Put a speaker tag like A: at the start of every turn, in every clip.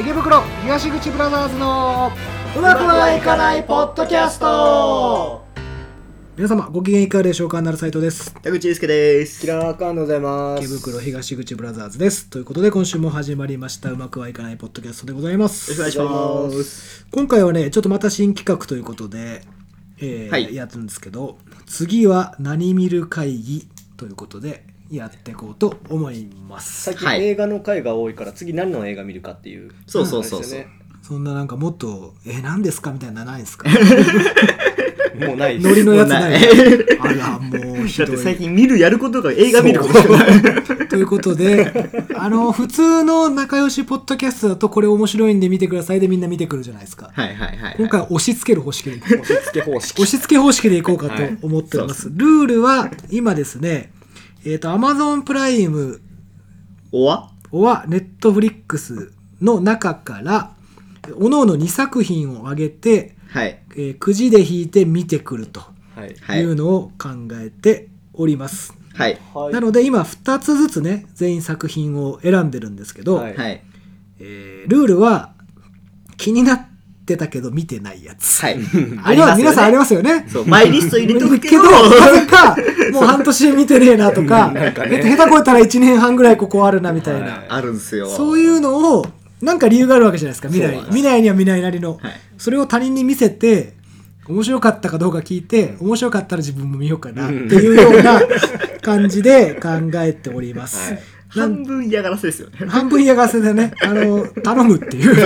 A: 池袋東口ブラザーズの
B: うまくはいかないポッドキャスト
A: 皆様ご機嫌いかがでしょうかなるサイトです
C: 田口祐介です。
B: キラーカンでございます。
A: 池袋東口ブラザーズですということで今週も始まりましたうまくはいかないポッドキャストでございます
C: よろしくお願いします。
A: 今回はねちょっとまた新企画ということで、えー
C: はい
A: やってるんですけど次は何見る会議ということでやっていこうと思います
B: 最近
C: はい
B: 映画の回が多いから、次何の映画見るかっていう。
C: そうそうそうそう
B: 話
A: そんななんかもっと「え何ですか?」みたいなのないですか
B: ですよねもうないです
A: ノリのやつない
C: も
A: あらもうひ
C: だ
A: ど
C: っ
A: い
C: て最近見るやることが映画見ることしかない。
A: ということであの普通の仲良しポッドキャストだとこれ面白いんで見てくださいでみんな見てくるじゃないですか、
C: はいはいはい。
A: 今回は押し付ける方式でいこう
B: 押し付け方式。
A: 押し付け方式でいこうかと思っております、ルールは今ですねえっ、と Amazon プライム
C: おわ
A: は Netflix の中からおのおの2作品を挙げて、
C: はい。
A: えーくじで引いて見てくると
B: はい。
C: はいい。
A: うのを考えております、
C: はい。
B: はい
A: なので今2つずつね全員作品を選んでるんですけど、
B: はい
C: はい。
A: えールールは気になってたけど見てないやつ。
C: はい。
A: あれは皆さんあり
C: ま
A: ますよね
C: す。そう、マイリスト入れとくけ
A: け
C: ど
A: ど、、なぜか、もう半年見てねえなとか、
B: なんかね
A: え下手こいたら1年半ぐらいここあるなみたいな、
B: は
C: あるんですよ。
A: そういう
C: う。
A: のを、なんか理由があるわけじゃないですか、未来
C: そう
A: に
C: なん。です
A: 未来には未来なりの。
C: はい。
A: それを他人に見せて、面白かったかどうか聞いて、面白かったら自分も見ようかなっていうような感じで考えております。なん
C: 半分嫌がらせですよね。
A: 半分嫌がらせでね、あの、頼むって いう。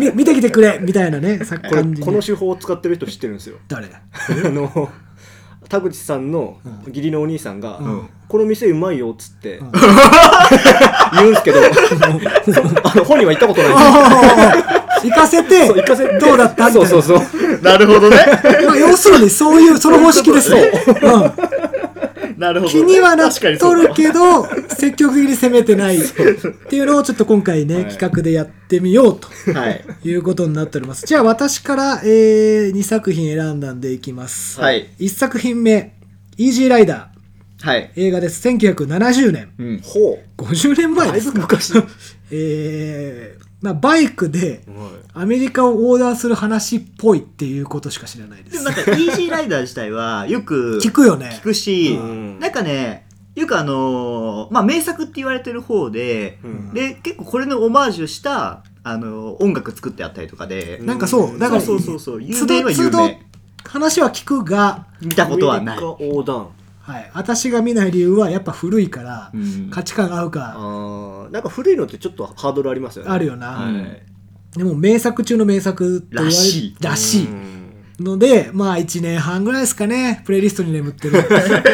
A: み見てきてくれみたいなね、さ
B: これ
A: 感じ
B: この
A: に。
B: 手法を使ってる人知ってるんですよ。
A: 誰
B: あの田口さんの
A: うん
B: 義理のお兄さんが、
A: うん
B: この店うまいよっつって、
A: ん
B: 言うんです けどあの本人は行ったことないんですよ
A: 行かせて、
B: そう行かせて
A: どうだったみたい
B: そう
A: な。
B: そうそう
C: なるほどね。
A: まあ要するに、そういう、その方式ですね。うん
C: なるほど。
A: 気にはなっ
C: 確かに
A: と
C: そうだ
A: るけど、積極的に攻めてないっていうのをちょっと今回ね、
B: はい
A: 企画でやってみようと
C: はい。
A: いうことになっております。じゃあ私から、え2作品選んだんでいきます。
C: はい
A: 1作品目、イージーライダー。
C: はい。
A: 映画です。1970年。
C: うん。
B: ほ
A: 50年
B: う
A: 前
B: だ
A: で
B: い
A: す
B: ぶ
A: か
B: 昔
A: えーまあ、バイクでアメリカを横断する話っぽいっていうことしか知らないで
C: ですもなんか、イージーライダー自体は、よく
A: 聞くよね
C: 聞くし、
B: うん
C: なんかね、よくあのーまあ、名作って言われてる方で、
B: うん
C: で、結構これのオマージュした、あのー音楽作ってあったりとかで、
A: なんかそうだから
C: そうそうそうそう、有
A: つ
C: 名は
A: ど
C: 有
A: つど
C: 名。
A: 話は聞くが、
C: 見たことはない
B: ア。メリカ横断
A: はい、私が見ない理由はやっぱ古いから
C: うん
A: 価値観が合うか
B: あーなんか古いのってちょっとハードルありますよね
A: ある
B: よ
A: よ
C: は
A: な、
C: い
A: でも名作中の名作と言われ
C: らしい
A: らしいのでまあ1年半ぐらいですかねプレイリストに眠ってる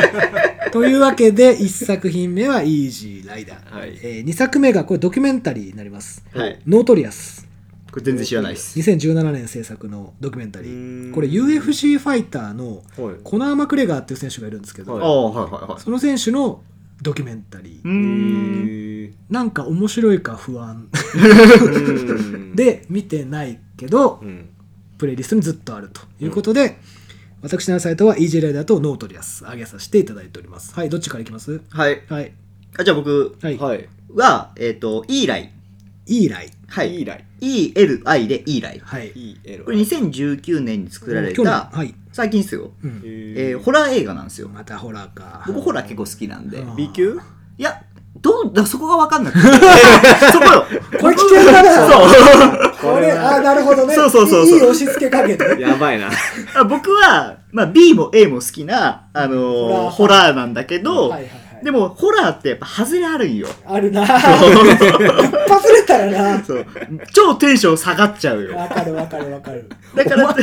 A: というわけで1作品目は「イージーライダー」
C: はい
A: え2作目がこれドキュメンタリーになります
C: はい
A: 「ノートリアス
C: これ全然知らないです。」
A: 2017年制作のドキュメンタリー
B: うん
A: これ UFC ファイターの
B: はい
A: コナー・マクレガーっていう選手がいるんですけど、
B: はい
C: ああ、はいはいはい。
A: その選手のドキュメンタリー
C: うーん。
A: なんか面白いか不安
B: うん
A: で見てないけど
B: うん
A: プレイリストにずっとあるということで、私のサイトは EJ ライダーとノートリアス上げさせていただいておりますはいどっちからいきます
C: はい。
A: はい
C: あじゃあ僕
A: はい、
B: はい
C: は、えっ、と、イーライ。
A: い、いライ
C: はい
B: い
C: い。
B: 来
C: ELI でイーライ。
A: はい
B: いい L
C: これ2019年に作られ
A: 去年
C: た、
A: はい、
C: 最近ですよ。
A: うん
C: えーホラー映画なんですよ。
A: またホラーか
C: 僕ホラー結構好きなんで。
A: うん
B: B 級
C: いや、どう、だそこがわかんなくて。 そこよ。
A: これ危険だな
C: そう。
A: これあーなるほど ね
C: そうそうそうそう
A: いい押し付けかけて
B: やばいな
C: あ僕は、まあ、B も A も好きな、あのー
A: ホ
C: ホ
A: ラ
C: ラーなんだけど、
A: はいはいはい
C: でも、ホラーってやっぱ外れあるんよ。
A: あるな一発れたらな
C: そう。超テンション下がっちゃうよ。
A: わかるわかるわかる
C: だから、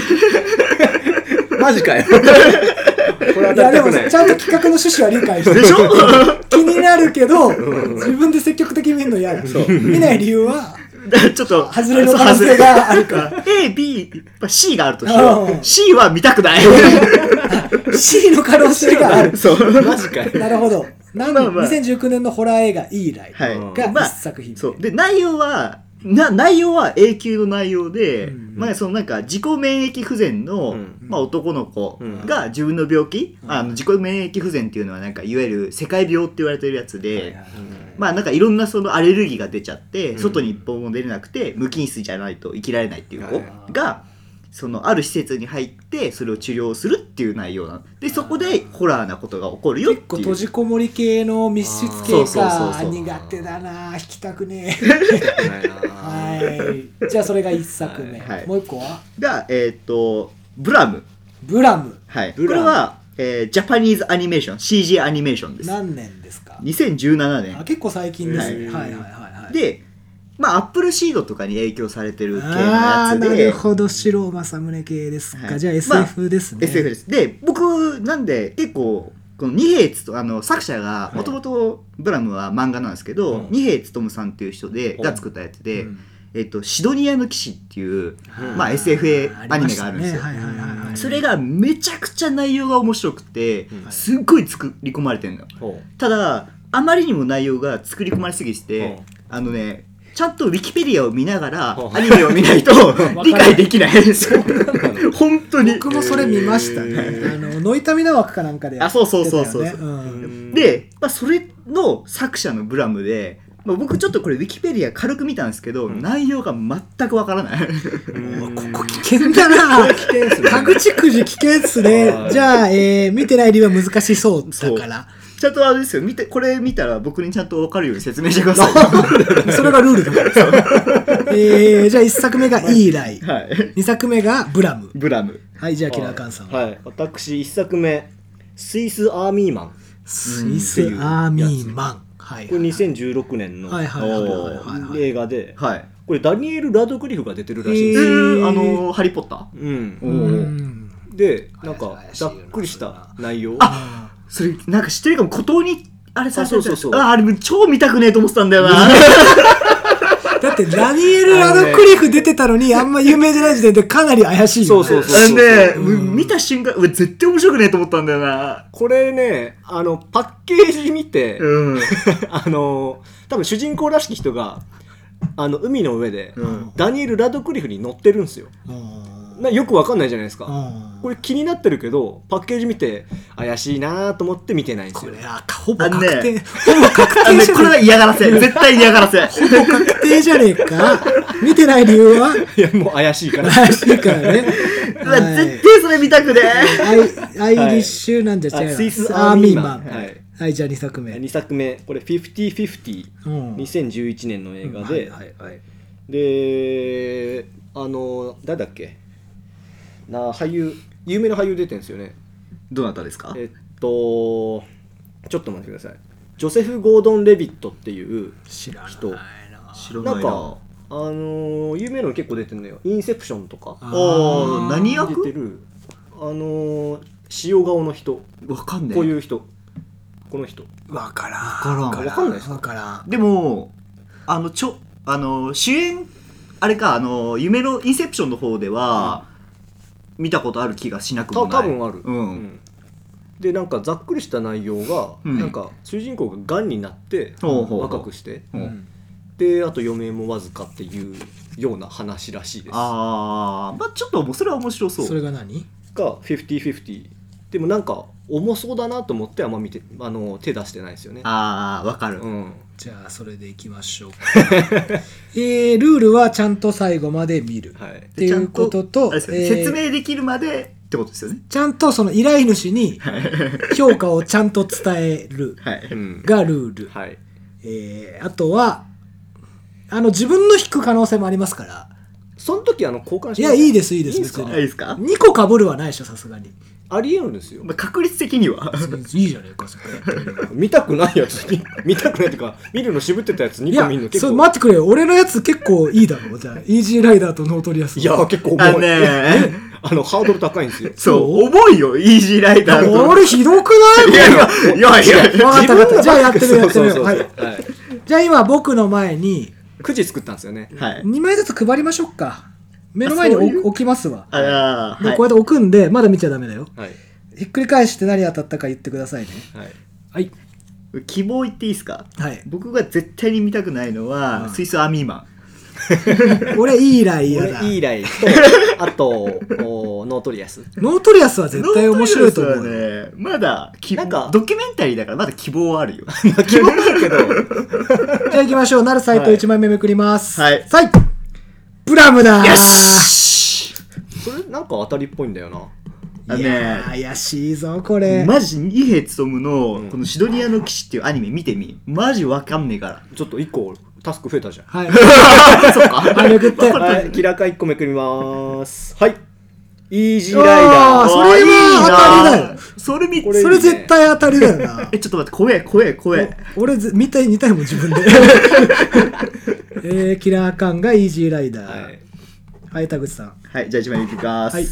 B: マジかよこれ当
A: い
B: た
A: やで
B: りたく
A: も
B: ない
A: ちゃんと企画の趣旨は理解して
C: でしょ
A: 気になるけど自分で積極的に見るの嫌だ見ない理由は
C: だからちょっと、
A: 外れの可能性があるか
C: そう外れ A、B、まあ C があるとし
A: う
C: よ
A: ん
C: う。C は見たくない。
A: C の可能性があ る
C: そう。
B: マジかよ
A: なるほどなん
C: まあまあ
A: 2019年のホラー映画「イーライ」
C: はい。
A: が
C: まあ
A: 一作品目
C: そう。で、内容は、な内容は永久の内容で、
A: うん
C: まあ、そのなんか自己免疫不全の、
B: うん
C: まあ、男の子
B: うん
C: が自分の病気、
A: うん
C: あの自己免疫不全っていうのはなんかいわゆる世界病って言われてるやつで、
B: うん
C: まあなんかいろんなそのアレルギーが出ちゃって、
B: うん
C: 外に一歩も出れなくて無菌室じゃないと生きられないっていう子
B: はい
A: はい
C: がそのある施設に入ってそれを治療するっていう内容なのでそこでホラーなことが起こるよっ
A: 結
C: て
A: 構
C: いう
A: 閉じこもり系の密室系
C: あーそうそう
A: か
C: そうそう
A: 苦手だな弾きたくね え
B: はい
A: はい。じゃあそれが一作目。
C: はい
A: もう一個は
C: がえーっとブラム、
A: ブラム。
C: はい、こ
B: ブラム
C: れは、えージャパニーズアニメーション CG アニメーションです
A: 何年ですか
C: 2017年
A: あ結構最近ですね。
B: は
A: はい
B: い
A: はいはいはい。
C: でまあアップルシードとかに影響されてる系の
A: ああ
C: やつ
A: ー、な
C: で
A: るほど、白政宗系ですか。
C: はい
A: じゃあ
C: まあ
A: SF ですね。
C: SF です。で、僕、なんで、結構、この二平つと、あの、作者が、
B: い
C: もともとブラムは漫画なんですけ
B: う
C: ど
B: ん、
C: 二平つとむさんっていう人で、
B: うん
C: が作ったやつで、
A: うん
C: えっと、シドニアの騎士っていう、
B: うん
C: まあ SF
A: ー
C: アニメがあるんですよ
A: りましたねはいはいはいはい。
C: それがめちゃくちゃ内容が面白くて
B: う、ん
C: すっごい作り込まれてるのよ。
B: ほ
C: ただ、あまりにも内容が作り込まれすぎ
B: う
C: て
B: ん、
C: あのね、ちゃんとウィキペディアを見ながら
B: う、ん
C: アニメを見ない と
A: る
C: 理解できないです。 本当に。
A: 僕もそれ見ましたね。
B: え
A: あの、ノイタミナ枠かなんかでや
C: あ
A: ってたよ
C: そう
A: ね。
C: そうそうそうそうん
B: う
C: で、まあ、それの作者のブラムで、まあ、僕ちょっとこれウィキペディア軽く見たんですけど、
B: うん
C: 内容が全くわからない
B: うん
A: うわここ危険だな
B: 危険っすね
A: 各地くじ危険っすね
B: は。い
A: じゃあ、えー見てない理由は難しそうだから。
C: ちゃんとあれですよ見てこれ見たら僕にちゃんと分かるように説明してください
A: それがルールだからさ。えー、じゃあ1作目がイーラ イ。
C: はい
A: 2作目がブラム。
C: ブラム
A: はい、じゃあキラーカンさん。
B: はい、はい私一作目スイスアーミーマン
A: スイスアーミーマン。はい
B: こ。れ2016年の
A: はいはいはいはいはい。
B: 映画で
C: はい
B: これダニエル・ラドクリフが出てるらしいん
C: え
B: ですよ、
C: ー、あのーハリー・ポッター
B: うん、
A: う
C: おー
A: ん
B: でなんか
A: 怪しい
B: ざ
A: よ
B: っ
A: な
B: くりした内容
A: あ
C: それなんか知ってるかも孤島にあれさせて
B: あそうそうそう
C: ああれ超見たくねえと思ってたんだよな
A: だってダニエル・ラドクリフ出てたのにあんま有名じゃない時点でかなり怪しい
B: そ
A: よ
B: う
A: ね
B: そうそう
C: あれね、
A: うん
C: 見た瞬間うわ絶対面白くねえと思ったんだよな
B: これねあのパッケージ見て、
C: うん、
B: あの多分主人公らしき人があの海の上で、
C: うん
B: ダニエル・ラドクリフに乗ってるんですよ
A: うん
B: なよくわかんないじゃないですか、
A: うん
B: これ気になってるけどパッケージ見て怪しいなと思って見てないんです
A: こ
B: よ
A: れはほぼ
C: あのね
A: 確定、 ほぼ確
C: あの
A: 定
C: ね
A: じゃ
C: これ
A: ね
C: は嫌がらせ絶対嫌が らせ
A: えほぼ確定じゃねえか見てない理由はい
B: やもう怪しいから
A: 怪しいからね、
C: うわ
A: はい
C: 絶対それ見たくねえ
A: アイアイリッシュなんじゃ違う、
B: あスイスアーミーマン
A: アーミ
B: はい
A: はい、じゃあ2作目
B: 2作目これ「50/50」
A: うん
B: 2011年の映画
A: う
B: で
A: んはいはいはい
B: であの誰だっけな俳優有名な俳優出てるんですよね
C: どなたですか
B: えっとちょっと待ってくださいジョセフ・ゴードン・レビットっていう
A: 知らない
B: 人
A: な
C: 知ら
B: なんかあの有名なの結構出てるのよ「インセプション」とか
A: あ
C: ー何
B: 出てるあの塩顔の人
C: わかんねえ
B: こういう人この人
A: わからん
C: わから
B: んわかんないっすか
A: わからん
C: でもあのちょあの主演あれかあの夢のインセプションの方では、見たことある気がしなくも
B: た
C: ない
B: 多分ある、
C: うん
B: うんでなんかざっくりした内容が、
C: うん
B: なんか主人公ががんになって
C: ほうほうほう
B: 若くして
C: うん
B: であと余命もわずかっていうような話らしいですが
C: あーまあちょっともうそれは面白そう
A: それが何
B: 50/50でもなんか重そうだなと思ってあんま見てあの手出してないですよね
C: ああわかる、
B: うん
A: じゃあそれでいきましょうえー、ルールはちゃんと最後まで見る、
B: はい
A: っていうことと
C: あれですよね
A: えー
C: 説明できるまでってことですよね
A: ちゃんとその依頼主に評価をちゃんと伝える
C: はい、
B: うん
A: がルール、
B: はい
A: えー、あとはあの自分の引く可能性もありますから
B: その時あの交換
A: い
B: しま
A: や
B: す
A: いいですいいです
B: いいんすか
A: 別
C: いい
A: に
C: ですか、
A: 2個かぶるはないでしょさすがに
B: ありえるんですよ
C: まあ、確率的には
A: いいじゃねえかそれ
B: 見たくないやつに 見たくないっていうか見るの渋ってたやつ
A: い
B: 2個
A: や
B: 見るの結
A: そ
B: 構
A: う待ってくれよ俺のやつ結構いいだろうじゃあイージーライダーとノートリアス
B: いや結構重い
C: あのね
B: あのハードル高いん ですよ
C: そう重いよイージーライダーと
A: 俺ひどくない
C: いやいやいやいや
A: わかったわかったじゃあやってみようやってみよう
B: そうそうそうそう
A: は
B: はい
A: じゃあ今僕の前に
B: くじ作ったんですよね
C: はい
A: 2枚ずつ配りましょうか目の前に
C: あそういう
A: 置置きますわ
C: あらー
A: で
C: はい
A: こうやって置くんでまだ見ちゃダメだよ
B: はい
A: ひっくり返して何当たったか言ってくださいね
B: はい
A: はい
C: 希望言っていいですか
A: はい
C: 僕が絶対に見たくないのは、
A: うん
C: スイスアーミーマン
A: 俺イーライ嫌
B: 俺
A: だ
B: イー ライとあとおノートリアス
A: ノートリアスは絶対面白いと思
C: ノート
A: う
C: リ
A: よ
C: アスはねまだき
B: なんか
C: ドキュメンタリーだからまだ希望はあるよ
B: 気持ちいいけど
A: じゃあ行きましょうなるサイト
C: はい
A: 1枚目めくります
C: はい
A: さいプラムだー
C: よし
B: それなんか当たりっぽいんだよな
C: あ
A: い
B: い
A: や
C: の
A: ー怪しいぞこれ
C: マジ二兵務の
B: ん
C: この「シドニアの騎士」っていうアニメ見てみマジわかんねえから
B: ちょっと一個タスク増えたじゃん
A: はい そっかはいめくって
B: はいキラカ一個めくりまーすはいイージー
A: あ
B: ライダー
A: それは当たりだよ
C: よそれ見
B: これ
A: それ絶対当たりだよな
C: えちょっと待って怖え怖え怖え
A: 俺ず見たい見たいもん自分でえー、キラー感がイージーライダーは、
B: はい い
A: 田口さん
C: はいじゃあ一枚いきます、
A: はい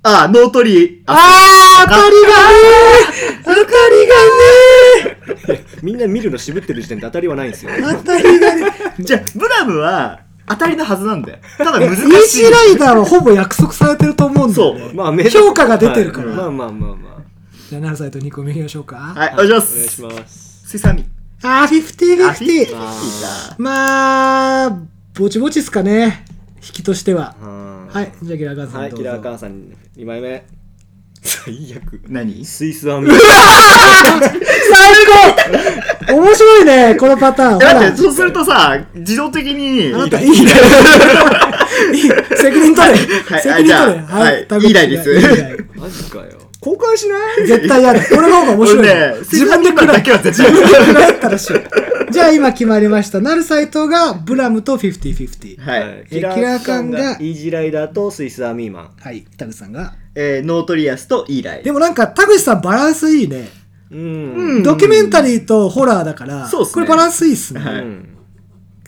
C: ああノートリーあ
A: あー当たりがねー
B: みんな見るの渋ってる時点で当たりはないんですよ
A: 当たりがねー当たりがね
C: じゃあブラムは当たりのはずなんだよただ
A: えイ
C: 難しい
A: ージーライダーはほぼ約束されてると思うんだよね
C: そう
B: まあ目
A: 評価が出てるから
B: はいまあまあまあま
A: じゃあ何歳と2個目いきましょうか、
C: はい
B: あ
C: お願いしま
B: お願い
C: す
B: します
C: 水産ミ
A: あー
C: あフィ
A: 5050
C: フ
B: あ
C: ィだ
A: まあぼちぼちっすかね引きとしては
B: は
A: はいじゃあキラーカンさんどうぞ、
B: はいキラーカーンさん2枚目最悪
C: 何
B: スイスアンビ
A: 最高面白いねこのパターンほ
C: え
A: ら
C: 待ってそうするとさ自動的に
A: あなたいいねいい責任取れ
C: はい
A: 責任取れ
C: はいはい
A: 田口
C: いいライです
A: いいライ
B: マジかよ交換しない
A: 絶対嫌だ俺の方が面白い
C: 俺
A: ね
C: ね
A: 自分で
C: 水産ミ
A: 食ら
C: だ
A: い
C: けは絶対
A: 食らったらしい じゃあ今決まりましたなる斎藤がブラムと5050
C: は
B: はいい
A: えキラーカーンが
B: イージーライダーとスイスアーミーマン
A: はい田口さんが
C: えーノートリアスとイーライ
A: でもなんか田口さんバランスいいね
B: うん
C: うん
A: ドキュメンタリーとホラーだから
C: そうっすね
A: これバランスいいっすね
C: はい
B: うん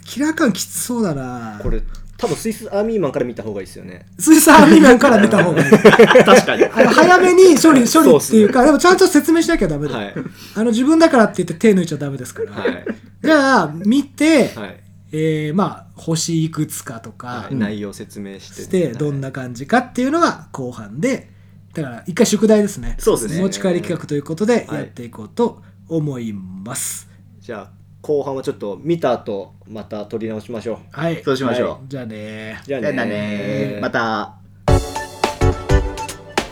A: キラーカンきつそうだな
B: これ多分スイスアーミーマンから見た方がいいですよね
A: スイスアーミーマンから見た方 がいい
C: 確かに
A: あの早めに処理処
B: そう
A: 理
B: っ
A: っ
B: す
A: て
B: ね
A: いうかでもちゃんと説明しなきゃダメだよ、
B: はい
A: あの自分だからって言って手抜いちゃダメですから、
B: はい
A: じゃあ見て、
B: はい
A: えーまあ星いくつかとか
B: はい内容説明して
A: してどん
B: は
A: な感じかっていうのが後半でだから一回宿題ですね
C: そうですね
A: 持ち帰り企画ということで
B: はい
A: やっていこうと思います
B: いじゃあ後半はちょっと見た後また撮り直しましょう
A: はい、
C: そうしましょう、
A: じゃあね
B: じゃあ
C: じゃ
B: ね
C: あねまた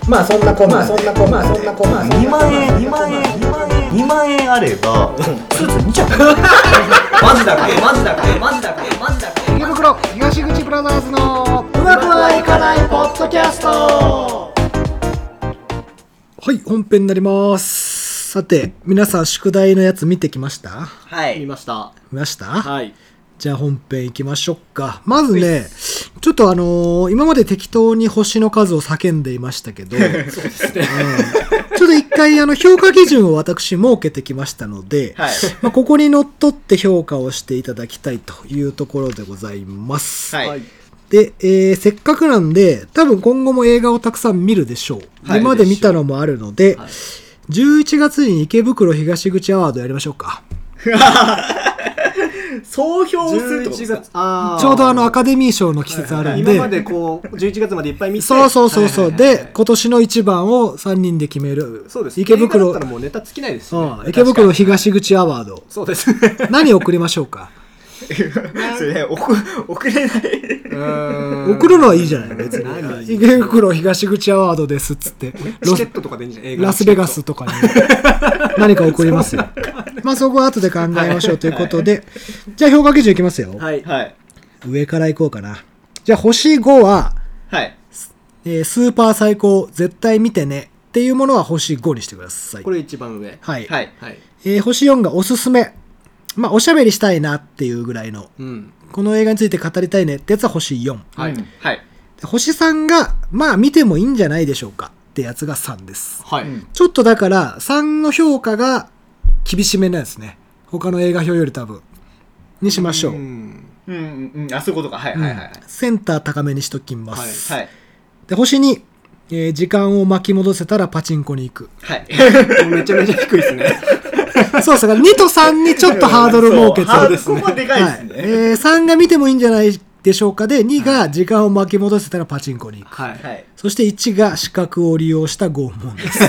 A: まあそんなコマそんなコマそんなコマ
C: 2万円2万円2万円2万円あればスーツ2着
D: マジだっけマジだっけマジだっけマジだっけ
A: 池袋東口ブラザーズのうまくはいかないポッドキャストはい本編になりますさて皆さん宿題のやつ見てきました
C: は
B: 見ました
A: 見ました、
B: はい
A: じゃあ本編いきましょうかまずねちょっとあのー今まで適当に星の数を叫んでいまし たけどうんちょっと一回あの評価基準を私設けてきましたので、
C: はい
A: まあ、ここにのっとって評価をしていただきたいというところでございます。
C: はい
A: で、えーせっかくなんで、多分今後も映画をたくさん見るでしょう。
C: はい
A: 今まで見たのもあるので、11月に池袋東口アワードやりましょうか。
C: 総評するってことで
B: 11
C: すか
B: 月あー
A: ちょうどあのアカデミー賞の季節あるんで、
B: 今までこう11月までいっぱい見て
A: そうそうそうそう、
B: はいはいはい
A: で、今年の一番を3人で決める。
B: そうです
A: 池
B: 映画
A: 袋、
B: だったらもうネタ尽きないですしね
A: うん池袋東口アワード。
B: そうですね
A: 何送りましょうか。
C: それねおこ遅れない
A: 送るのはいいじゃない別に池袋東口アワードですっつってロ
B: チケ
A: ス
B: ットとかでいいんじゃない映画の
A: ラスベガスとかに何か送ります よまあそこは後で考えましょうということで、じゃあ評価基準いきますよ、
B: はい
C: はい
A: 上からいこうかなじゃあ星5は、
C: はい
A: えースーパー最高絶対見てねっていうものは星5にしてください
B: これ一番上
A: はい、
C: はい
B: はい
A: えー星4がおすすめまあおしゃべりしたいなっていうぐらいの
B: うん
A: この映画について語りたいねってやつは星4
B: はい
C: うんはい
A: 星さんがまあ見てもいいんじゃないでしょうかってやつが3です
B: はい
C: うん
A: ちょっとだから3の評価が厳しめなんですね他の映画表より多分にしましょう、
B: ん
C: うんうんうんあそういうことかはい
A: うん
C: はいはい
A: センター高めにしときます、
C: はい
A: で星に、えー時間を巻き戻せたらパチンコに行く
C: はい
B: めちゃめちゃ低いです ね
A: そうですだから2と3にちょっとハードルを設けて
C: そうハードルここでかいですね
A: はいえー3が見てもいいんじゃないでしょうかで2が時間を巻き戻せたらパチンコに行く
B: はい、
C: はい
A: そして1が視覚を利用した拷問です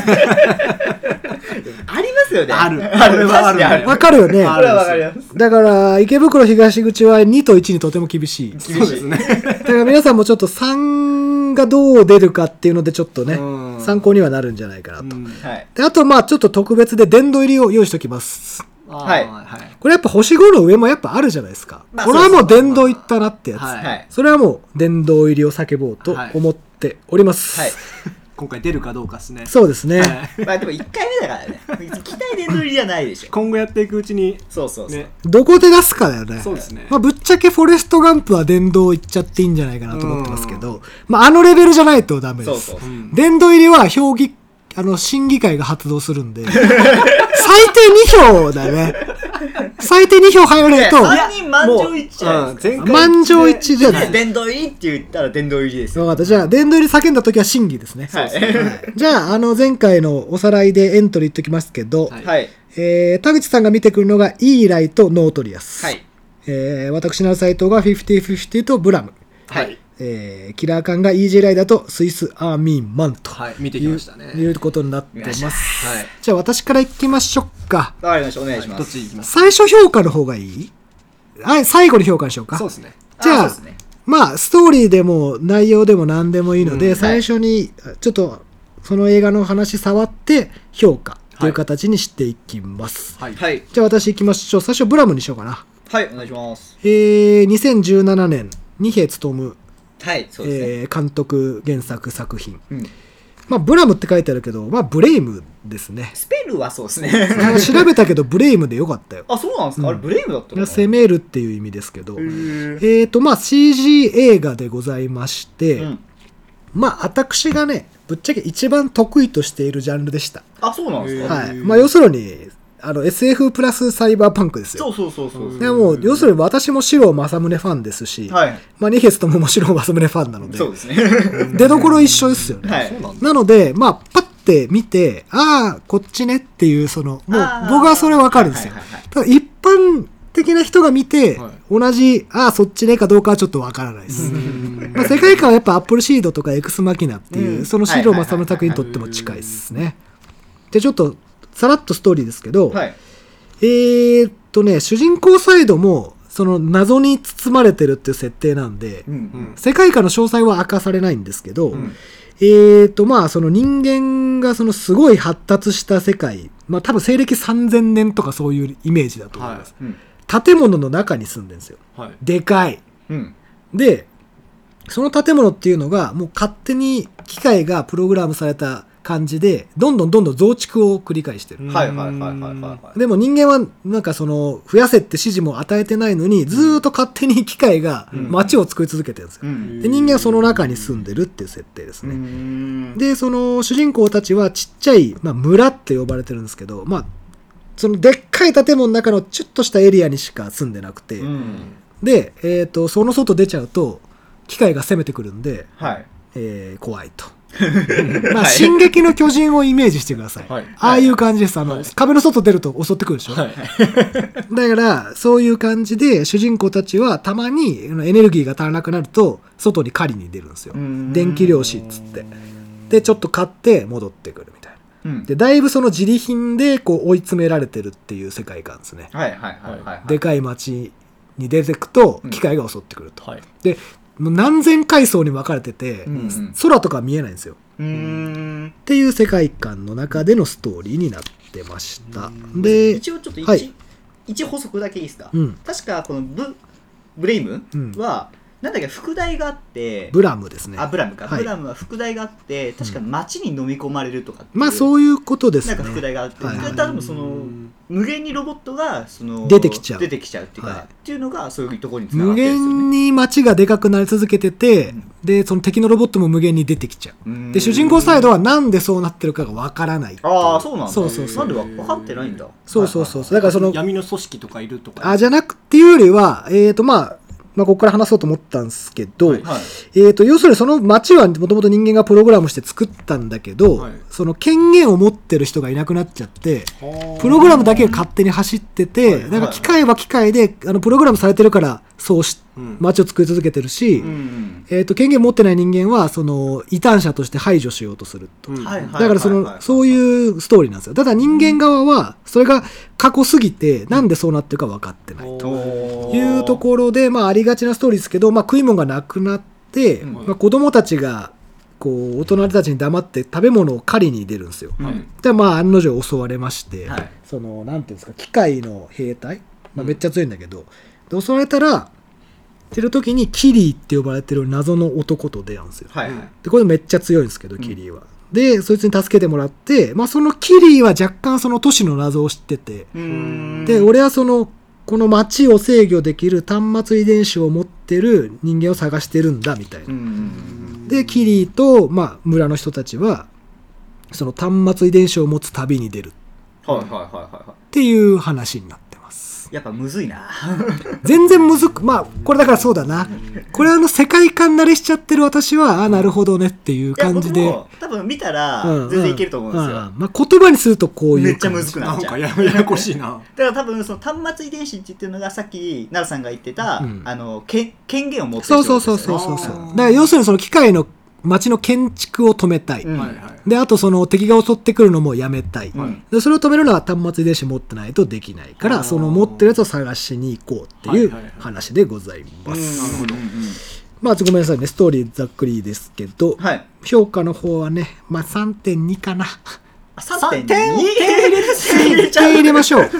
C: ありますよね
B: ある
C: ある
B: これはあるんだ
C: 確かに
B: よ
A: わかるよ ね
C: あこれはわかります
A: だから池袋東口は2と1にとても厳しい
C: 厳しいね
A: だから皆さんもちょっと3がどう出るかっていうのでちょっとね
C: うん
A: 参考にはなるんじゃないかなと
C: はい
A: であとまあちょっと特別で殿堂入りを用意しておきます
C: はい
B: はい
A: これやっぱ星5の上もやっぱあるじゃないですか、
C: まあ
A: これはもう殿堂行ったなってやつ、
B: はい
C: はい
A: それはもう殿堂入りを叫ぼうと思っております、
C: はい
B: 今回出るかどうかですね
A: そうですね、
B: はい
C: まあでも1回目だからね期待で乗りじゃないでしょ
B: 今後やっていくうちに
C: そうそうそう
B: ね
A: どこで出すかだよね
B: そうですね
A: まあ、ぶっちゃけフォレストガンプは殿堂行っちゃっていいんじゃないかなと思ってますけど、まあ、あのレベルじゃないとダメです
C: そうそうそう
B: うん
A: 殿堂入りは評議あの審議会が発動するんで最低2票だね最低2票入らないと
C: いや
B: 3人満場一致じゃないです
C: もううん前
B: か
C: 回
A: 満場一致じゃない
C: 殿堂入りって言ったら殿堂入りですよ
A: 分かったじゃあ殿堂入り叫んだ時は審議ですね、
C: はい
A: はいじゃああの前回のおさらいでエントリー言っときますけど、
B: はい
C: はい
A: えー田口さんが見てくるのがイーライとノートリアス、
C: はい
A: えー私の斎藤が50-50とブラム、
C: はい
A: えーキラー感がイージーライだとスイスアーミーマンと
B: はい見てきましたね
A: いうことになって
C: 見
A: ま
C: まし
A: す
C: た
B: はい
A: じゃあ私からいきましょうか
C: わかりましたお願いしま
B: どっ
C: す
B: ちいきます
A: 最初評価の方がいいあ最後に評価にしようか
B: そうですね
A: じゃあ
C: ーそうですね
A: まあストーリーでも内容でも何でもいいので、
B: うん
A: 最初にちょっとその映画の話触って評価という形にしていきます、
B: はい
C: はい
A: じゃあ私いきましょう最初ブラムにしようかな
C: はいお願いします
A: えー、2017年二平勉、
C: はいそうですね
A: えー監督原作作品
C: うん
A: まあブラムって書いてあるけどまあブレイムです ね
C: スペルはそうですね
A: あの調べたけどブレイムでよかったよ
C: あそうなんですかあれブレイムだったのかな
A: 攻めるっていう意味ですけど
C: へー
A: えっとまあ CG 映画でございまして、
C: うん
A: まあ私がねぶっちゃけ一番得意としているジャンルでした、
C: あそうなんですか
A: はい
B: うん
A: まあ、要するにあの SF プラスサイバーパンクです
C: そ
A: よ
C: うそうそうそう
A: でもう要するに私も四郎正宗ファンですし、
C: はい
A: まあ、ニヘスともも四郎正宗ファンなので
C: そうですね
A: 出どころ一緒ですよ ね、
C: はい
A: なのでまあパッて見てああこっちねっていうそのもう
C: あー
A: 僕はそれわかるんですよ
C: はいはいはい
A: ただ一般的な人が見て、
B: はい
A: 同じああそっちねかどうかはちょっとわからないです、
B: うん
A: まあ、世界観はやっぱアップルシードとかエクスマキナっていう、
C: うん
A: そのシロマサム作品にとっても近いですねでちょっとさらっとストーリーですけど、
C: はい
A: えー、っとね主人公サイドもその謎に包まれてるっていう設定なんで、
C: うん
B: うん
A: 世界観の詳細は明かされないんですけど、
C: ん
A: えー、とまあその人間がそのすごい発達した世界まあ多分西暦3000年とかそういうイメージだと思います、
C: うん
A: 建物の中に住んでるんですよ
B: はい
A: でかい
C: うん
A: でその建物っていうのがもう勝手に機械がプログラムされた感じでどんどんどんどん増築を繰り返してる、
C: はいはいはいはいはいはい
A: でも人間はなんかその増やせって指示も与えてないのにずーっと勝手に機械が街を作り続けてるんですよ、
C: うん
A: で人間はその中に住んでるっていう設定ですね、
C: ん
A: でその主人公たちはちっちゃい、まあ、村って呼ばれてるんですけどまあそのでっかい建物の中のちょっとしたエリアにしか住んでなくて、
C: うん
A: で、えー、とその外出ちゃうと機械が攻めてくるんで、
C: はい
A: えー怖 いとまあ「進撃の巨人」をイメージしてください、
B: はい
A: ああいう感じですあの、壁の外出ると襲ってくるでしょ、
B: はい
A: だからそういう感じで主人公たちはたまにあのエネルギーが足らなくなると外に狩りに出るんですよ
C: ん
A: 電気漁師っつってでちょっと買って戻ってくるみたいな
C: うん
A: でだいぶその自利品でこう追い詰められてるっていう世界観ですね
C: はいはいはいはい
A: でかい町に出てくと機械が襲ってくると、
B: はい
A: でもう何千階層に分かれてて、
C: うんうん
A: 空とか見えないんですよ
C: うーん
A: っていう世界観の中でのストーリーになってました、で
C: 一応ちょっと
A: は
C: 一
A: い
C: 一補足だけいいですか
A: うん
C: 確かこのブブレイム
A: うん
C: はなんだっけ副題があって
A: ブラムですね
C: あブラムか
A: はい
C: ブラムは副題があって確か街に飲み込まれるとかっていう
A: まあそういうことです
C: な
A: ね
C: んか副題があって、
A: はいはい
C: で多分その無限にロボットがその
A: 出てきちゃう
C: 出てきちゃうっていうか、
A: はい
C: っていうのがそういうところに繋が
A: 無
C: ってるん
A: 限に街がでかくなり続けてて、でその敵のロボットも無限に出てきちゃ
C: ですよね。
A: うで主人公サイドはなんでそうなってるかがわからない
C: ああそうなんだ。
A: そうそうそう
C: なんでわ分かってないんだ。
A: そうそうそうそう
C: は
A: だからその
B: 闇の組織とかいるとか
A: あじゃなくっていうよりはえっ、とまあまあ、ここから話そうと思ったんですけど、
C: いはいはい。
A: えー、と要するにその町はもともと人間がプログラムして作ったんだけど、
B: はい
A: その権限を持ってる人がいなくなっちゃって
B: はあ
A: プログラムだけが勝手に走ってて、
B: はい
A: だから機械は機械であのプログラムされてるからそうし
E: うん
A: 街を作り続けてるし、
C: うん
A: えー、と権限持ってない人間はその異端者として排除しようとすると、
E: うん
C: はいはい
A: だからその、そう
C: う
A: いうストーリーなんですよただ人間側はそれが過去すぎてなんでそうなってるか分かってないと
C: と
A: いうところで、まあ、ありがちなストーリーですけど、まあ、食い物がなくなって、
C: うん
A: まあ、子供たちがこう大人たちに黙って食べ物を狩りに出るんですよ、
C: はい
A: でまあ案の定襲われまして、
C: はい
A: そのなんていうんですか機械の兵隊、まあ、めっちゃ強いんだけど、で襲われたらてる時にキリーって呼ばれてる謎の男と出会うんですよ
C: はい
A: でこれめっちゃ強いんですけどキリーは、でそいつに助けてもらって、まあ、そのキリーは若干その都市の謎を知ってて、
C: うん
A: で俺はそのこの街を制御できる端末遺伝子を持ってる人間を探してるんだみたいな、
C: うん
A: でキリーと、まあ、村の人たちはその端末遺伝子を持つ旅に出る
C: はいはいはいはいは
A: っていう話になってます
C: いやっぱむずいな
A: 全然むずくまあこれだからそうだなこれあの世界観慣れしちゃってる私はああなるほどねっていう
C: いや
A: 感じで
C: 僕も多分見たら
A: うんうん
C: 全然いけると思うんですよ、
A: うんまあ、言葉にするとこういう
C: めっちゃむずくな
A: な
C: っ
B: なん
C: ちゃ
B: か
C: うだ
B: やややこしい な
C: から多分その端末遺伝子って言ってるのがさっき奈良さんが言ってた、
A: うん
C: あのけ権限を持って
A: そ
C: る
A: う
C: 人
A: そう
C: です
A: そ
C: よ
A: う
C: ね
A: そうそうそう
B: あー
A: だから要するにその機械の街の建築を止めたい、
C: うん
B: はいはい
A: であとその敵が襲ってくるのもやめたい、
C: うん
A: でそれを止めるのは端末遺伝子持ってないとできないか
B: あ
A: ら
B: ー
A: その持ってるやつを探しに行こうっていう
B: はいはいはい
A: 話でございます、
B: なるほど
A: まあちょっとごめんなさいねストーリーざっくりですけど、
C: はい
A: 評価の方はねまあ3.2かな
C: あ3.2
A: 点
C: 入れ
A: 1回入れましょうやっ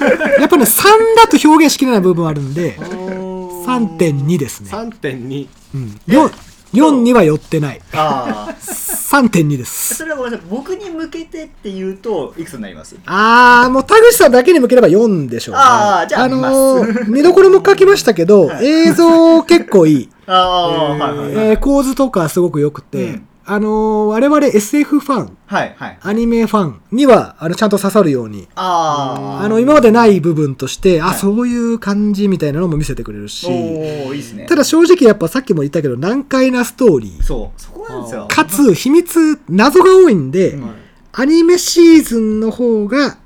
A: ぱね3だと表現しきれない部分あるんで3.2ですね、
B: 3.2
A: うん、4, 4には寄ってない
C: ああ
A: 3.2です
C: それはごめんなさい僕に向けてって言うといくつになります
A: あー、もう田口さんだけに向ければ4でしょう、ね。
C: あーじゃあ
A: のー、見どころも書きましたけど、映像結構い い。
C: ああ、はいはいはい
A: えー構図とかすごく良くて、
C: うん
A: あのー、我々 SF ファン、
C: はいはい
A: アニメファンには、あの、ちゃんと刺さるように、
C: あ
A: あの、今までない部分として、
C: は
A: あ、
C: い
A: そういう感じみたいなのも見せてくれるし
C: あ、おおいいですね
A: ただ正直やっぱさっきも言ったけど、難解なストーリー。
C: そうそこなんですよ
A: かつ、秘密、謎が多いんで、
C: うん
A: アニメシーズンの方が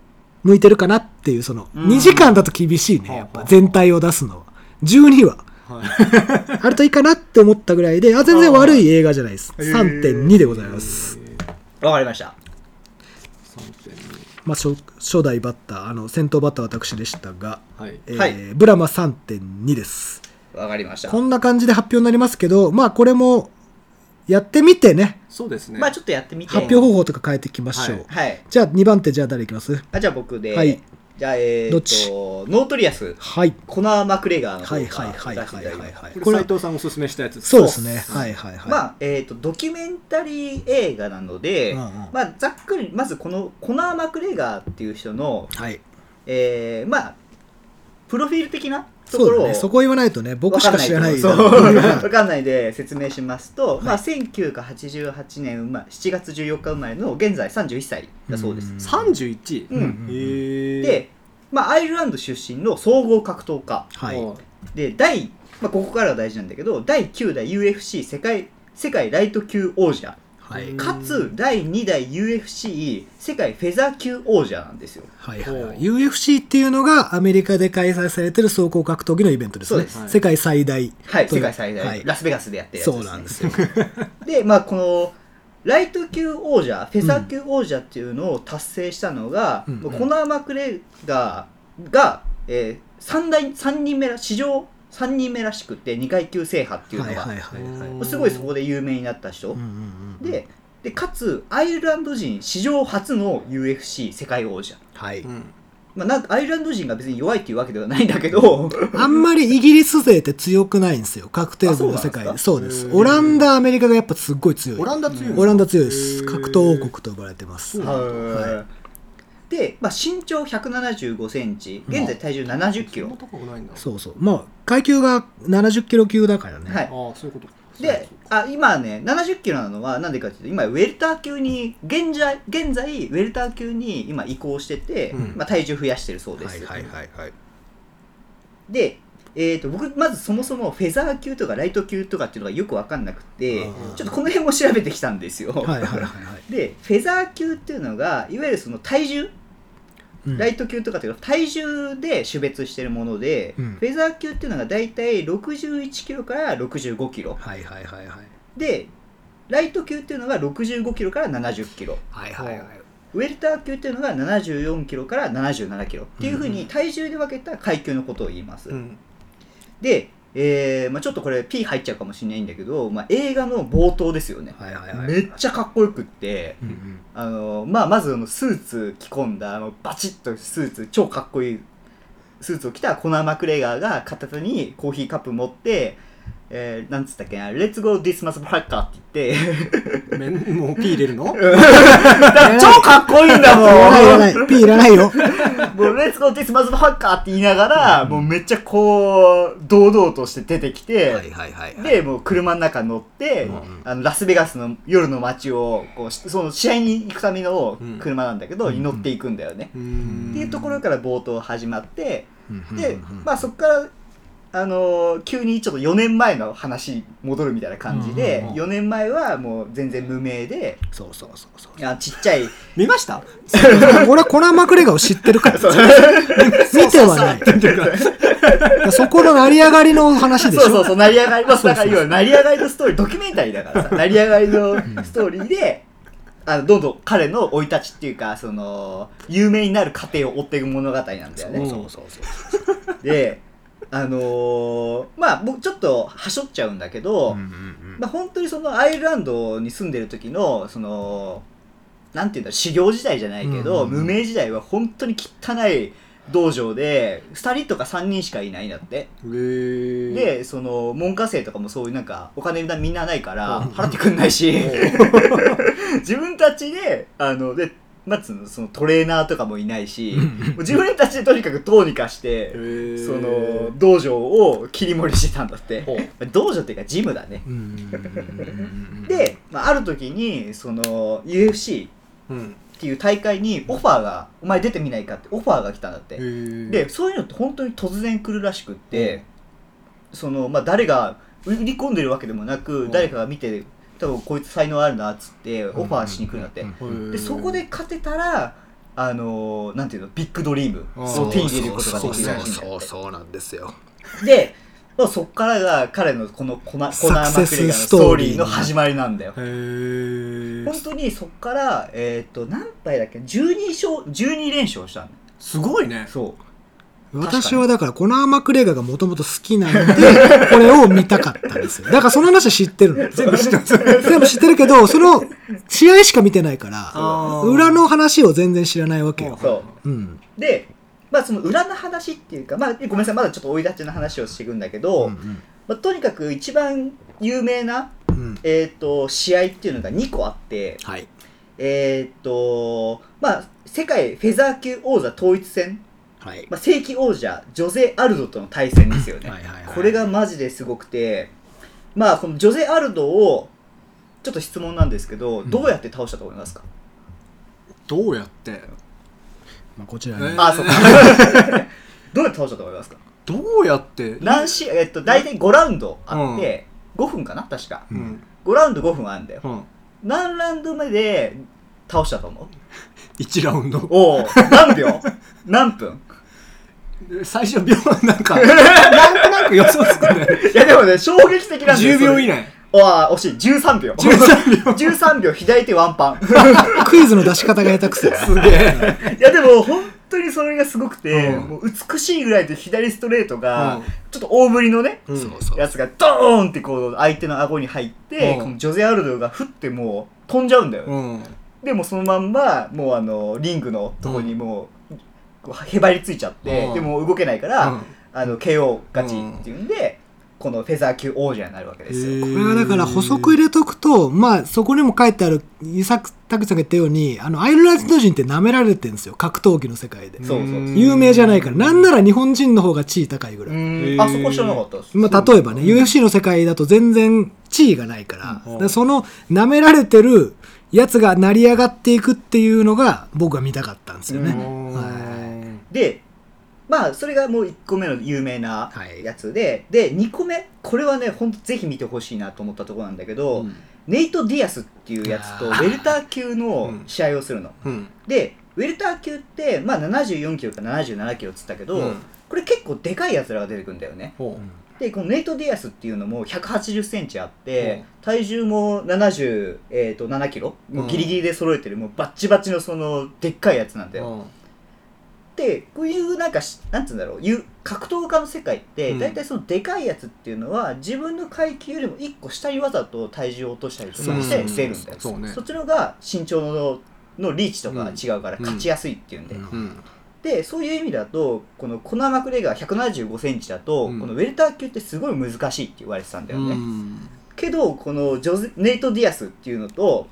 A: 向いてるかなっていう、その、
C: うん
A: 2時間だと厳しいね、やっ
B: はあ
A: ぱ
B: はあ
A: 全体を出すのは。12話。 あるといいかなって思ったぐらいで、あ、全然悪い映画じゃないです。
C: ー
A: 3.2でございます。
C: わかりました
B: 3.2
A: まあ、初初代バッター、あの、先頭バッターは私でしたが、
B: はい
A: えー
C: はい
A: ブラマ3.2です。
C: わかりました
A: こんな感じで発表になりますけど、まあ、これも、やってみてね、
B: そうですね
C: まあちょっとやってみて
A: 発表方法とか変えていきましょう。
B: はい
C: はい
A: じゃあ、2番手、じゃあ誰いきます
C: あじゃあ僕で、
A: はい
C: じゃあえ
A: ど
C: ー、
A: っち
C: とノートリアス
A: はい。
C: コナー・マクレガーの方
A: はいはいはい
C: から出して
A: はい
C: ただ
A: はい
C: き
A: は
C: ま
A: い
C: す
A: はい。
B: これ斎藤さんおすすめしたやつです
A: そうですね。はいはいはい。
C: まあえー、とドキュメンタリー映画なので、
A: うんうん
C: まあ、ざっくりまずこのコナー・マクレガーっていう人の、
A: はい。
C: えーまあ、プロフィール的なとこ
A: そう
C: ろ
A: だ
C: を
A: ね。そこ言わないとね、僕しか知らない。
C: わかん ないとわかんないで説明しますと、まあ、1988年生まれ7月14日生まれの現在31歳だそうです。
B: 31
C: うん
A: うん
B: へえ
C: で、まあ、アイルランド出身の総合格闘家
A: はい。
B: お
C: で第、まあ、ここからが大事なんだけど第9代 UFC 世界世界ライト級王者
A: はい。
C: かつ第2代 UFC 世界フェザー級王者なんですよ。
A: はいはいはい。UFC っていうのがアメリカで開催されてる総合格闘技のイベントですね。
C: そう
B: です
A: 世界最大。
C: はい、
A: そう
C: 世
A: だ
C: 界最大、
A: はい
C: ラスベガスでやってるやつ
A: そうなんですよ。
C: で、まあ、このライト級王者フェザー級王者っていうのを達成したのが、
A: うん
C: もうコナー・マクレガーが、えー、3, 代三人目ら史上3人目らしくて2階級制覇っていうの
A: は
C: が、
A: いはいはいはい。
B: う
A: うんん
C: もうすごいそこで有名になった人、
A: うんうん、
C: ででかつアイルランド人史上初の UFC 世界王者、
A: はい、
B: うん
C: まあ、なんかアイルランド人が別に弱いっていうわけではないんだけど
A: あんまりイギリス勢って強くないんですよ、確定戦の
C: あそう
A: 世
C: なん
A: 界
C: で
A: ですそうです、
B: うん
A: オランダ、アメリカがやっぱすっごい強い、
B: オランダ強い
A: オランダ強いです、
B: へー
A: 格闘王国と呼ばれてます、
B: そう
A: は
C: で、まあ、身長1 7 5ンチ現在体重7 0キ
B: そ
C: ロ
B: んな、高くないんだ
A: そうそう、まあ、階級が70キロ級だからね、
C: はい
B: ああそういうことか
C: であ今ね7 0キロなのはなんでかっていうと今ウェルター級に現在現在ウェルター級に今移行してて、
B: うん
C: まあ、体重増やしてるそうです、
A: はいはい、
C: で、えー、と僕まずそもそもフェザー級とかライト級とかっていうのがよく分かんなくて
B: うん
C: ちょっとこの辺も調べてきたんですよ、
A: はいはいはいはい
C: でフェザー級っていうのがいわゆるその体重
A: うん
C: ライト級とかっていうか体重で種別してるもので、
A: うん
C: フェザー級っていうのが大体61キロから65キロ
A: はいはいはいはい
C: でライト級っていうのが65キロから70キロ
A: はいはいはい
C: ウェルター級っていうのが74キロから77キロっていうふうに体重で分けた階級のことを言います、
B: うん
C: で、えーまあ、ちょっとこれ P 入っちゃうかもしれないんだけど、まあ、映画の冒頭ですよね
A: はいはいはい
C: めっちゃかっこよくって
A: うんうん
C: あの、まあ、まずあのスーツ着込んだあのバチッとスーツ超かっこいいスーツを着たコナー・マクレガーが片手にコーヒーカップ持って、えー、なんつったっけな「レッツゴーディスマスブラッカー」って言って
B: めんもう P 入れるの
C: 超かっこいいんだ もん
A: いらないいらない P いらないよ
C: もう、レッツゴーディスマズバッカーって言いながら、もうめっちゃこう、堂々として出てきて、
A: はいはい
C: で、もう車の中乗って、あのラスベガスの夜の街を、こう、しその試合に行くための車なんだけど、に乗っていくんだよね。
B: うーん
C: っていうところから冒頭始まって、 で、
A: ま
C: まあそこから、あのー急にちょっと4年前の話に戻るみたいな感じ
A: うん
C: で
A: うん、うん
C: 4年前はもう全然無名で、
A: そうそうそうそう
C: あちっちゃい、
B: 見ました
A: 俺はコナン・マクレガーを知ってるか ら
C: そう
A: 見てはないそこの成り上がりの話でしょ
C: そうそうそう、成り上がりの、だから要は成り上がりのストーリー、ドキュメンタリーだからさ、成り上がりのストーリーで、あのどんどん彼の生い立ちっていうか、その、有名になる過程を追っていく物語なんだよね。
B: そう
A: そうそ
C: で、あのーまあ僕ちょっとはしょっちゃうんだけど、
A: うんうん
C: まあ本当にそのアイルランドに住んでる時の、その、なんていうんだろう、修行時代じゃないけど、
A: うんうんうん
C: 無名時代は本当に汚い道場で、2人とか3人しかいないんだって。
B: へー
C: でその文科生とかもそういうなんかお金みんなないから払ってくんないし 自分たちであので、まあ、つうのそのトレーナーとかもいないしもう自分たちでとにかくどうにかし
B: へ
C: て
B: ー
C: その道場を切り盛りしてたんだって
B: ほう
C: まあ道場っていうかジムだね
A: うんうん
C: で、まあ、ある時にその UFC っ
B: うん
C: ていう大会にオファーが「お前出てみないか」ってオファーが来たんだって
B: へー
C: でそういうのって本当に突然来るらしくって、そのまあ、誰が売り込んでるわけでもなく、
B: ん
C: 誰かが見て多分こいつ才能あるなっつってオファーしに来るんだって、
B: へー
C: でそこで勝てたらあのーなんていうのビッグドリーム
B: あー
C: を手に入れることができるらしいんだ
A: そうそうそう
C: って
A: そうなんですよ
C: で、まあ、そこからが彼のこのコナコナー・マクレガーのストーリーの始まりなんだよ
B: へー
C: 本当にそこから、えっと何敗だっけ12勝12連勝したの
B: すごいね
C: そう
A: 私はだからコナー・マクレガーがもともと好きなのでこれを見たかったんですよだからその話は知ってるの全部知ってます全部知ってるけどその試合しか見てないから裏の話を全然知らないわけよ
C: そう
A: うん
C: で、まあ、その裏の話っていうか、まあ、ごめんなさいまだちょっと追い立ちの話をしていくんだけど、
A: うん
C: まあ、とにかく一番有名な、
A: うんうん
C: えー、と試合っていうのが2個あって、
A: はい
C: えーとまあ、世界フェザー級王座統一戦、
A: はい
C: まあ、正規王者ジョゼ・アルドとの対戦ですよね。
A: はいはいはい
C: これがマジですごくて、まあ、このジョゼ・アルドをちょっと質問なんですけど、どうやって倒したと思い ますか、
B: どうやって
A: まあこちら
B: え
A: に
B: ー
C: あそうか どうやって倒したと思いますか
B: どうやって
C: 何試合、えっと、大体5ラウンドあって、5分かな確か。
B: うん
C: 5ラウンド5分あるんだよ。
B: うん
C: 何ラウンド目で倒したと思う
B: 1ラウンド
C: おお、何 秒何分
B: 最初秒なんかなんとなく予想つくね
C: いやでもね、衝撃的なんだよ。
B: 10秒以
C: 内。
B: 内
C: わあ、惜しい。13秒。13秒。13秒、 左手ワンパ ン。
A: クイズの出し方が下手くそ
B: すげえ
C: いやでも、本当にそれがすごくて、
B: うん
C: もう美しいぐらいで左ストレートが、
B: うん
C: ちょっと大ぶりのね、
B: うん
A: そうそう
C: やつがドーンってこう、相手の顎に入って、
B: うん
C: このジョゼ・アルドが振ってもう飛んじゃうんだよ。
B: うん
C: でもうそのまんまもうあのリングのとこにもう,、こうへばりついちゃって、
B: うん
C: でもう動けないから、
B: うん
C: あの KO 勝ちっていうんで、このフェザー級王者になるわけですよ。
A: これはだから補足入れとくと、まあそこにも書いてある、伊作拓さんが言ったように、あの、アイルランド人って舐められてるんですよ、格闘技の世界で。
C: そうそうそう。
A: 有名じゃないから、なんなら日本人の方が地位高いぐら
C: う
A: い。
C: んあそこ知らなかったです。
A: まあ例えばね、UFC の世界だと全然地位がないから、だ
B: うん
A: からその舐められてるやつが成り上がっていくっていうのが僕は見たかったんですよね。
B: うん
A: は
C: でまあそれがもう1個目の有名な
A: はい
C: やつで、で2個目これはねほんとぜひ見てほしいなと思ったところなんだけど、
B: うん
C: ネイト・ディアスっていうやつとウェルター級の試合をするの。
B: うん
C: でウェルター級って、まあ、74キロか77キロっつったけど、
D: うん
C: これ結構でかいやつらが出てくるんだよね
D: ほ
C: でこのネイト・ディアスっていうのも180センチあって、体重も70、えー、と7キロもうギリギリで揃えてる、もうバッチバチのそのでっかいやつなんだよ、でこういうなんかしなんつうんだろうゆ格闘家の世界って
D: うん
C: 大体そのでかいやつっていうのは自分の階級よりも1個下にわざと体重を落としたりとかし
D: う
C: て
D: ん
C: 出るんだよ
B: そうね
C: そっちの方が身長ののリーチとか違うから
D: うん
C: 勝ちやすいっていうんで、
B: うん
D: うん
C: でそういう意味だとこのコナー・マクレガー1 7 5ンチだと、
B: うん
C: このウェルター級ってすごい難しいって言われてたんだよね、
B: うん
C: けどこのジョゼネイト・ディアスっていうのと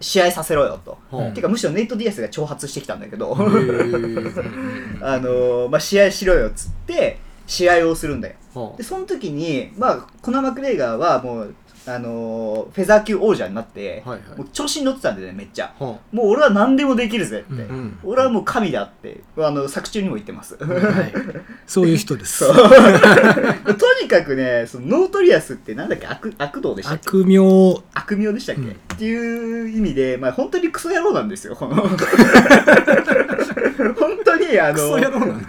C: 試合させろよと、
B: うん
C: てかむしろネイト・ディアスが挑発してきたんだけど、
B: へー
C: あのーまあ、試合しろよっつって試合をするんだよ
B: は
C: でその時に、まあ、コナー・マクレイガーはもう、あのーフェザー級王者になって、
B: あはい
C: もう調子に乗ってたんだよねめっちゃ
B: は
C: もう俺は何でもできるぜって、
B: あうん
C: 俺はもう神だってあの作中にも言ってますと
A: はい、そういう人です
C: う にかくねそのノートリアスってなんだっけ悪悪道でしたっけ
A: 悪名を
C: 悪名でしたっけ、っていう意味で、まあ、本当にクソ野郎なんですよこの本当にあの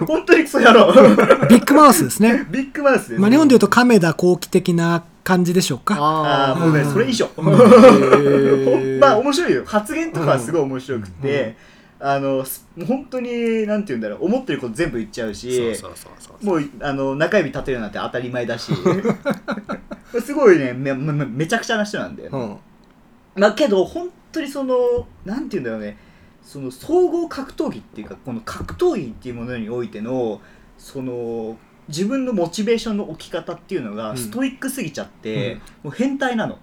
C: 本当にクソ野郎
A: ビッグマウスですね
C: ビッグマウスです
A: まあ日本でいうと亀田光輝的な感じでしょうか
C: ああもうねそれ以上 まあ面白いよ発言とかはすごい面白くて、あのす本当になんて言うんだろう思ってること全部言っちゃうし
B: うそうそう
C: もうあの中指立てるなんて当たり前だし すごいねめめめめちゃくちゃな人なんだよね、
B: うん
C: まあけど本当にそのなんて言うんだろうねその総合格闘技っていうかこの格闘技っていうものにおいてのその自分のモチベーションの置き方っていうのがストイックすぎちゃって、もう変態なの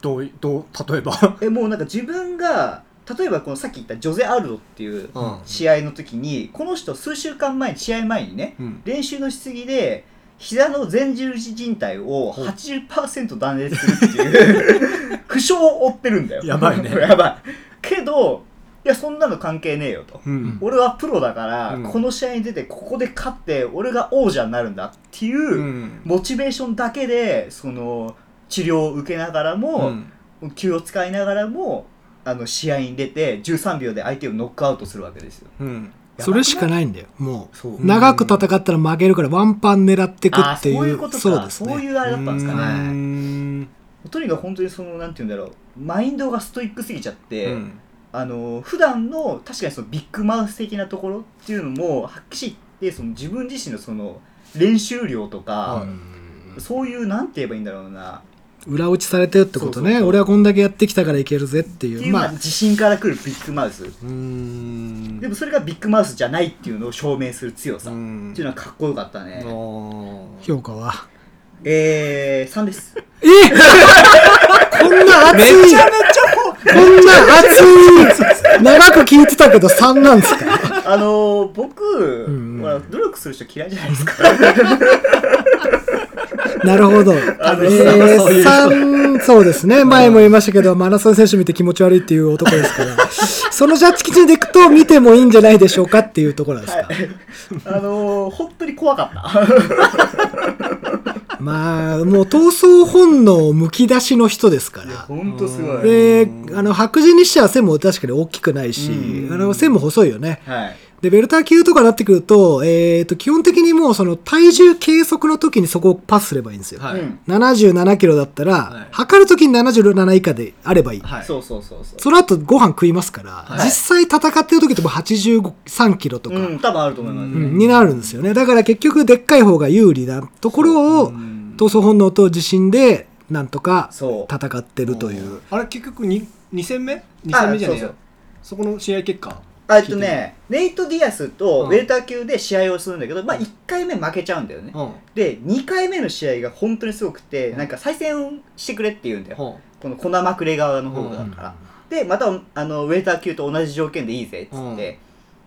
B: どういどう例えば
C: えもうなんか自分が例えばこのさっき言ったジョゼ・アルドっていう
B: うん
C: 試合の時に、この人数週間前に試合前にね
B: うん
C: 練習のしすぎで膝の前十字靭帯を80%断裂するっていう 負傷を負ってるんだよ
B: やばいね
C: やばいけどいやそんなの関係ねえよと
B: うん
C: 俺はプロだから、
B: うん
C: この試合に出てここで勝って俺が王者になるんだっていうう、
B: ん
C: モチベーションだけでその治療を受けながらも、
B: うん
C: 気を使いながらもあの試合に出て13秒で相手をノックアウトするわけですよ
B: うん
A: それしかないんだよも
C: そう
A: う長く戦ったら負けるからワンパン狙ってく
C: ああ
A: って
C: そう
A: いう
C: いうことか
A: そう
C: そう
A: ですね
C: いうあれだったんですか
B: う
C: ね
B: ん
C: とにかく本当にそのなんて言うんだろうマインドがストイックすぎちゃって、
B: うん
C: あの普段の確かにそのビッグマウス的なところっていうのもはっきり言ってその自分自身のその練習量とか、そういうなんて言えばいいんだろうな
A: 裏打ちされてるってこ
C: そ
A: とね
C: うそうそう
A: 俺はこんだけやってきたからいけるぜって
C: って
A: い
C: いう
A: う
C: ま
A: ま
C: あ
A: あ
C: 自信からくるビッグマウス、
B: うん
C: でもそれがビッグマウスじゃないっていうのを証明する強さ、
B: うん
C: っていうのはかっこよかったね、
B: あ
A: 評価は
C: えー、3です。
A: えこんな熱いこん な熱い長く聞いてたけど3なんですか
C: あのー、僕、
A: んうん
C: ほら努力する人嫌いじゃない ですか。
A: なるほど。えー、3、そうですね。前も言いましたけど、マラソン選手見て気持ち悪いっていう男ですから、 そのジャッジ基準でいくと見てもいいんじゃないでしょうかっていうところなんですか。
C: あのー、本当に怖かった。
A: まあ、もう闘争本能むき出しの人ですから。
C: 本当すごい。
A: で、あの、白人にしては背も確かに大きくないし、あの、背も細いよね。
C: はい。
A: で、ベルター級とかになってくると、えっ、と、基本的にもうその体重計測の時にそこをパスすればいいんですよ。
B: はい
C: うん。
A: 77キロだったら、
B: い
A: 測る時に77以下であればいい。
B: はい
C: そうそうそうそう。
A: その後ご飯食いますから、
B: い
A: 実際戦ってる時ってもう83キロとか、
C: うん、多分あると思います
A: うん
C: ね。
A: になるんですよね。だから結局でっかい方が有利なところを、闘争本能と自信でなんとか
C: そう。
A: 戦ってるという。
B: あれ結局に二戦目二戦目じゃねえ
C: あ
B: や
C: そう
B: そこの試合結果
C: あえっとね、ネイト・ディアスと
B: うん
C: ウェルター級で試合をするんだけど、まあ1回目負けちゃうんだよね。
B: うんうん
C: で、2回目の試合が本当にすごくて、なんか再戦してくれって言うんだよ。このコナマクレ側の方がだから、でまたあのウェーター級と同じ条件でいい ぜっつって、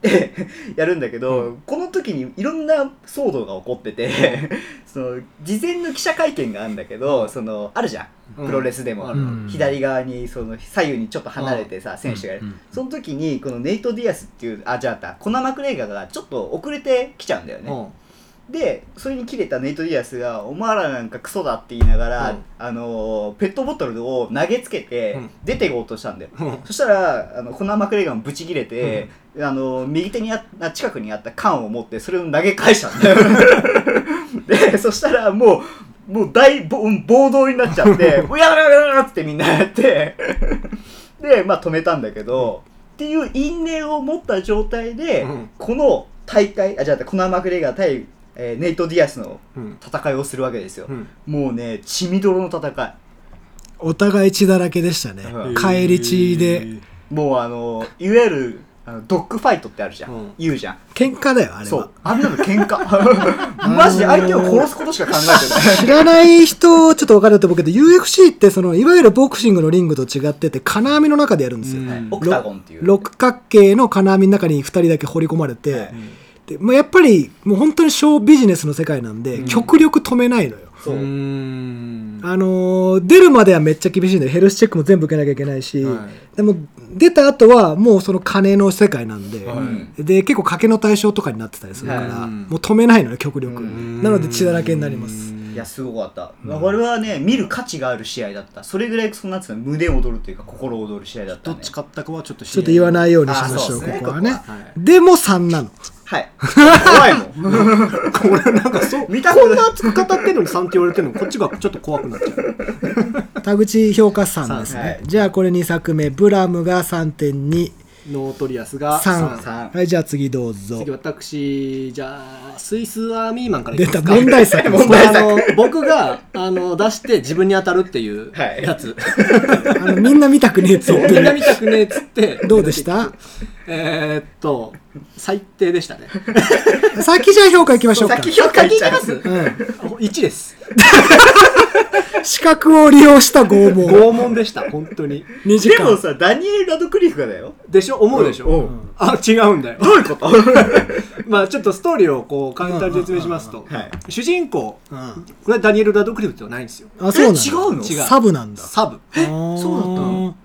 C: でやるんだけど、この時にいろんな騒動が起こってて、 その事前の記者会見があるんだけど、そのあるじゃん
B: うん
C: プロレスでも、
B: ある
A: うん
C: 左側にその左右にちょっと離れてさ、選手がやる、その時にこのネイト・ディアスっていうあじゃあコナマクレガーがちょっと遅れてきちゃうんだよね、
B: うん
C: でそれに切れたネイト・ディアスが「お前らなんかクソだ」って言いながら、
B: うん
C: あのーペットボトルを投げつけて
B: うん
C: 出ていこうとしたんだよ、
B: うん
C: そしたらあのコナー・マクレガンぶち切れて、あのー右手にああ近くにあった缶を持ってそれを投げ返したんだよ でそしたらもうもう大暴暴動になっちゃ って「もうやめろやめろやめろ!」ってみんなやってでまあ止めたんだけど、っていう因縁を持った状態で、
B: うん
C: この大会あじゃあコナー・マクレガー対、えーネイト・ディアスの
B: うん
C: 戦いをするわけですよ、
B: うん
C: もうね血みどろの戦
A: お互い血だらけでしたね、
C: う
A: 帰り血で
C: いもうあのいわゆるあのドッグファイトってあるじゃん、
B: うん
C: 言うじゃん
A: 喧嘩だよあれ
C: そ
A: は
C: うあんなの喧嘩マジで相手を殺すことしか考 えて
A: 知らない人ちょっと分かると思うけど UFC ってそのいわゆるボクシングのリングと違ってて金網の中でやるんですよ、
B: うん
C: ないオクタゴンっていう
A: 六角形の金網の中に2人だけ放り込まれて、でまあ、やっぱりもう本当にショービジネスの世界なんで、極力止めないのよ、
C: そうう
B: ーん
A: あのー出るまではめっちゃ厳しいんだよヘルスチェックも全部受けなきゃいけないし、
B: は
A: でも出た後はもうその金の世界なんで、
B: は
A: で結構賭けの対象とかになってたりするから、
B: はい
A: もう止めないのよ極力、
C: うん
A: なので血だらけになります
C: いやすごかった、まあ、俺はね見る価値がある試合だったそれぐらいそのなんつうの胸躍るというか心躍る試合だった、
B: ど
C: ね、
B: っち勝ったかはちょっと
A: ちょっと言わないいようにしましょう
C: あそうですね
A: ここはね
C: ここ
B: は
A: でも3なの
C: はい怖いもん
B: 見たこんな熱く語ってんのに3って言われてるのこっちがちょっと怖くなっちゃ う
A: 田口評価3ですね、
C: はい
A: じゃあこれ2作目ブラムが3.23
B: ノートリアスが3
A: はいじゃあ次どうぞ
B: 次私じゃあスイスアーミーマンからいき
A: 出
B: ま
A: た
B: すか
A: 問題作
B: これ あの僕があの出して自分に当たるっていう
C: はい
B: やつ、
A: あのみんな見たくねえっつって
B: みんな
A: る
B: 見たくねえっつって
A: どうでした
B: えーっと最低でしたね
A: 先じゃあ評価いきましょうか
C: 先評価いっちゃいます
B: 1です
A: 資格を利用した拷問
B: 拷問でした本当に
A: 2時
C: でも
A: 間
C: さダニエル・ラドクリフがだよ
B: でしょ思うでしょ、
C: うんう
B: あ違うんだよ
C: どういうこと
B: まあちょっとストーリーをこう簡単に説明しますと、
C: んうんはい
B: 主人公
A: うんあ
B: これはダニエル・ラドクリフではないんですよ
A: そうな
C: え違う
A: の
C: の
B: 違う
A: サブなんだ
B: サブ
A: そうだったの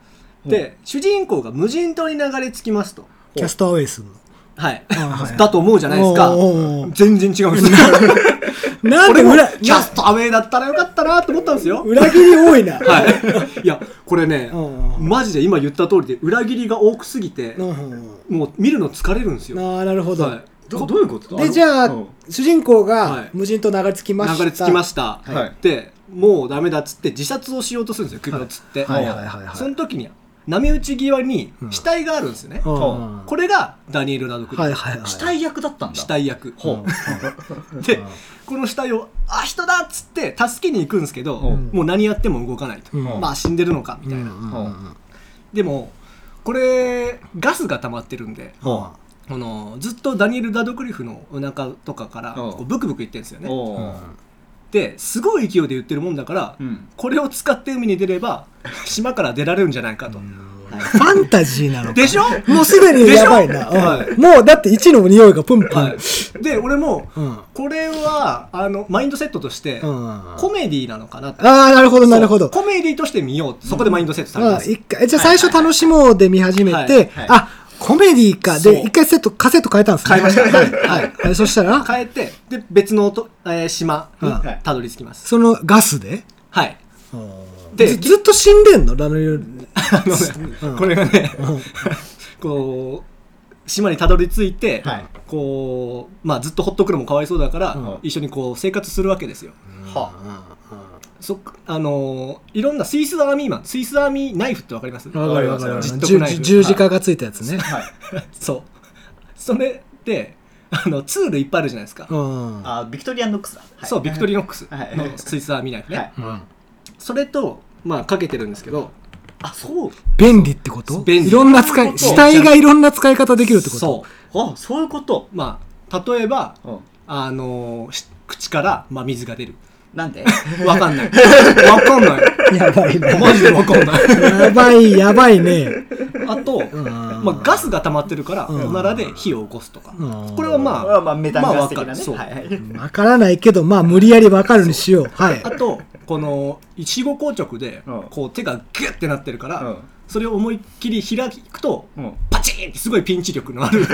B: で主人公が無人島に流れ着きますと
A: キャストアウェイするの
B: はい
A: あはい
B: だと思うじゃないですか
A: おうおうおう
B: 全然違うん ですよ
A: なんで
B: 俺も
A: 裏
B: キャストアウェイだったらよかったなと思ったんですよ
A: 裏切り多いな
B: はいいやこれね
A: うんうん
B: マジで今言った通りで裏切りが多くすぎて
A: うんうん
B: もう見るの疲れるんです
A: うん
B: よ
A: ああなるほど
B: はい
C: どどういうこと
A: でじゃあ
C: うん
A: 主人公
B: は
A: が
B: い
A: 無人島流れ着きました
B: 流れ着きました、
C: はい
B: でもうダメだっつって自殺をしようとするんですよ首をつって、
A: はいはいはいはいはい
B: その時に波打ち際に死体があるんですよね、
A: うん
B: これがダニエル・ラドクリフ、
A: はいはいはい
C: 死体役だったんだ
B: 死体役
A: うん
B: でこの死体を「あ人だ!」っつって助けに行くんですけど、
A: ん
B: もう何やっても動かないと、
A: うん
B: まあ死んでるのかみたいな、
A: うんうんうん
B: でもこれガスが溜まってるんで
A: は
B: あのずっとダニエル・ラドクリフのお腹とかから
C: うん
B: こうブクブクいってるんですよね、
C: おう
B: ですごい勢いで言ってるもんだから、
C: うん
B: これを使って海に出れば島から出られるんじゃないかと、
A: あファンタジーなのか
B: でしょ
A: もうすでにやばいな、
B: でしょはい
A: うんもうだって1の匂いがプンプン、
B: はい、で俺も
A: うんうん
B: これはあのマインドセットとして、コメディーなのかなって
A: ああなるほどなるほど
B: コメディーとして見ようそこでマインドセットされ
A: ま
B: ま
A: あ、
B: す、
A: 一回じゃあ最初楽しもうで見始めて、
B: はいはい
C: はい
A: あコメディーか
B: そう
A: で一回セットカセット変えたんですね
B: 変えましたはい
A: はい、はい、そしたら
B: 変えてで別のと、えー島に
A: はい
B: たどり着きます、
A: そのガスで
B: はい
A: で
B: で
A: ずずっと死んでんのラノリル
B: あのね、これがね、こう島にたどり着いて、
C: はい
B: こうまあ、ずっとほっとくのもかわいそうだから、
C: ん
B: 一緒にこう生活するわけですよ。
C: は
B: そあのーいろんなスイスアーミーマンスイスアーミーナイフってわかります
C: わかりますわかります
B: じっとこ
A: 十
B: ナイ
A: 十
B: フ
A: 十字架がついたやつね、
C: はい
B: そうそれであのツールいっぱいあるじゃないですか、
A: うん
C: あビクトリアン・ノックスだはい
B: そうビクトリーノックス
C: はい
B: のスイスアーミーナイフね、
C: はい
A: うん
B: それとまあかけてるんですけど
C: あそう
A: 便利ってこと
B: 便利
A: いろんな使い死体がいろんな使い方できるってこと
B: そ
C: あそういうこと
B: うまあ例えば
C: うん
B: あのーし口から、まあ、水が出る
C: なんで
B: わかん ないわかんない
A: やばいな
B: マジでわかんない
A: やばいやばいね
B: あと、まあ、ガスが溜まってるから
A: ん
B: おならで火を起こすとか
A: うん
B: これは ま
C: まあ
B: あ
C: まあメタンガス的な
B: まあわかる
C: ね
B: そう
C: はい
A: わからないけどまあ無理やりわかるにしようはい
B: あとこのいちご硬直で
C: うん
B: こう手がギュッてなってるから、
C: うん
B: それを思いっきり開くと、
C: うん
B: パチンってすごいピンチ力のある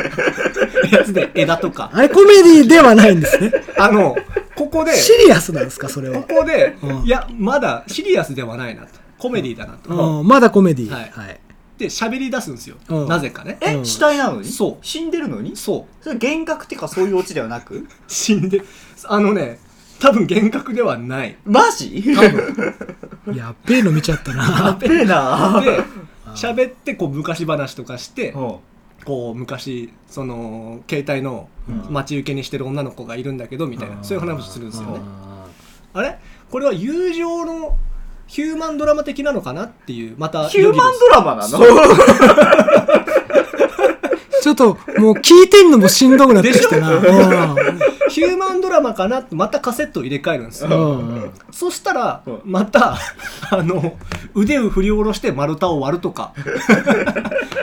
B: やつで枝とか
A: あれコメディではないんですね
B: あのここで
A: シリアスなんですか、それ
B: こ
A: は。
B: こで、
A: うん
B: いやまだシリアスではないなとコメディだなと、
A: うん、まだコメディ。
B: はい
A: はい。
B: で喋り出すんですよ、
A: うん
B: なぜかね
A: うん
C: え死体なのに
B: そう
C: 死んでるのに
B: そう
C: それ幻覚っていうかそういうオチではなく
B: 死んであのね多分幻覚ではない
C: マジ
B: 多分
A: やっべえの見ちゃったな。
C: やっべ えな
B: で喋ってこう昔話とかして
C: うん
B: こう昔その携帯の待ち受けにしてる女の子がいるんだけどみたいなそういう話をするんですよねあれこれは友情のヒューマンドラマ的なのかなっていうまた
C: ヒューマンドラマなの
A: ちょっと、もう聞いてんのもしんどくなってきたな。うん
B: マヒューマンドラマかなってまたカセットを入れ替えるんですよ
A: うんうん
B: そしたら、また、あの、腕を振り下ろして丸太を割るとか、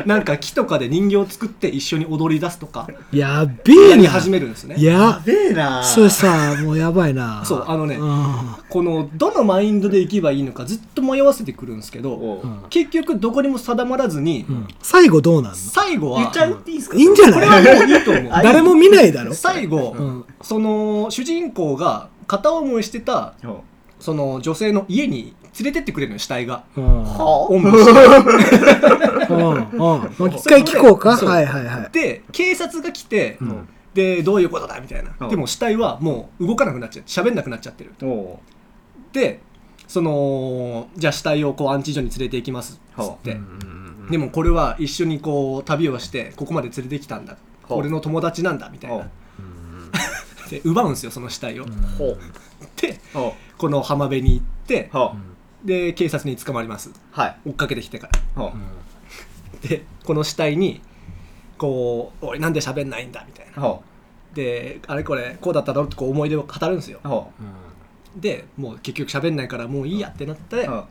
B: なんか木とかで人形を作って一緒に踊り出すとか、
A: やっべえ
B: やり
A: な。
B: 始めるんですね。
A: いや
C: や、べえな
A: それさ、もうやばいな。
B: そう、あのね、
A: うん
B: この、どのマインドでいけばいいのかずっと迷わせてくるんですけど、
C: おう
B: 結局どこにも定まらずに、
A: うん最後どうなん
B: 最後
C: 言
B: は
C: っち、ゃうっていいですか
A: のいいんじゃ
B: これ
A: な
B: はいもういいと思う。
A: 誰も見ないだろ。
B: 最後、
A: うん
B: その主人公が片思いしてた
C: おう
B: その女性の家に連れてってくれるのよ死体が
A: うん
B: おんぶして
A: うんうんもう一回聞こうか。
B: そう
A: はいはいはい。
B: で警察が来て、
A: うん
B: でどういうことだみたいな、
C: うん
B: でも死体はもう動かなくなっちゃって喋んなくなっちゃってる
C: おう
B: でそのじゃあ死体をこう安置所に連れて行きますっつって、でもこれは一緒にこう旅をしてここまで連れてきたんだ、
C: ほう
B: 俺の友達なんだみたいな、
C: ほう
B: で奪うんですよその死体を、
C: ほう
B: で
C: ほう
B: この浜辺に行って
C: ほう
B: で警察に捕まります
C: はい
B: 追っかけてきてから
C: ほ
B: でこの死体にこう「おいなんで喋んないんだ」みたいな
C: うほ
B: であれこれこうだっただろうってこう思い出を語るんですよ
C: うほう
B: でもう結局喋んないからもういいやってなって、
C: ほう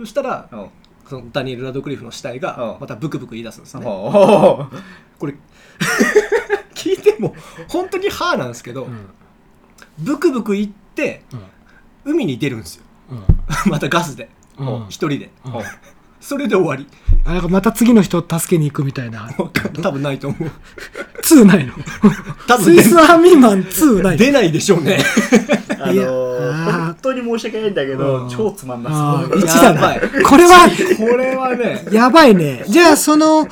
B: そしたら
C: ほう
B: そのダニエル・ラドクリフの死体
C: う
B: が
C: ん
B: またブクブク言い出すんですね
C: ほう
B: これ 聞いても本当に「はあ」なんですけど、ブクブク言って、海に出るんですよ またガスで
A: うんうん
B: 一人で
C: ほう
B: それで終わり
A: あなんかまた次の人を助けに行くみたいな。
B: 多分ないと思う
A: 2ないの。
B: 多
A: ス
B: 分
A: イ
B: ね
A: スアーミーマン2ないの。
B: 出ないでしょうね
C: あの
A: いや
C: ー、
A: あー
C: 本当に申し訳ないんだけど、
A: うん
C: 超つまんな
A: あ
C: そう
A: ー1
B: や
A: だ
B: ばい
A: な。これは、
B: これはね
A: やばいね。じゃあ、その、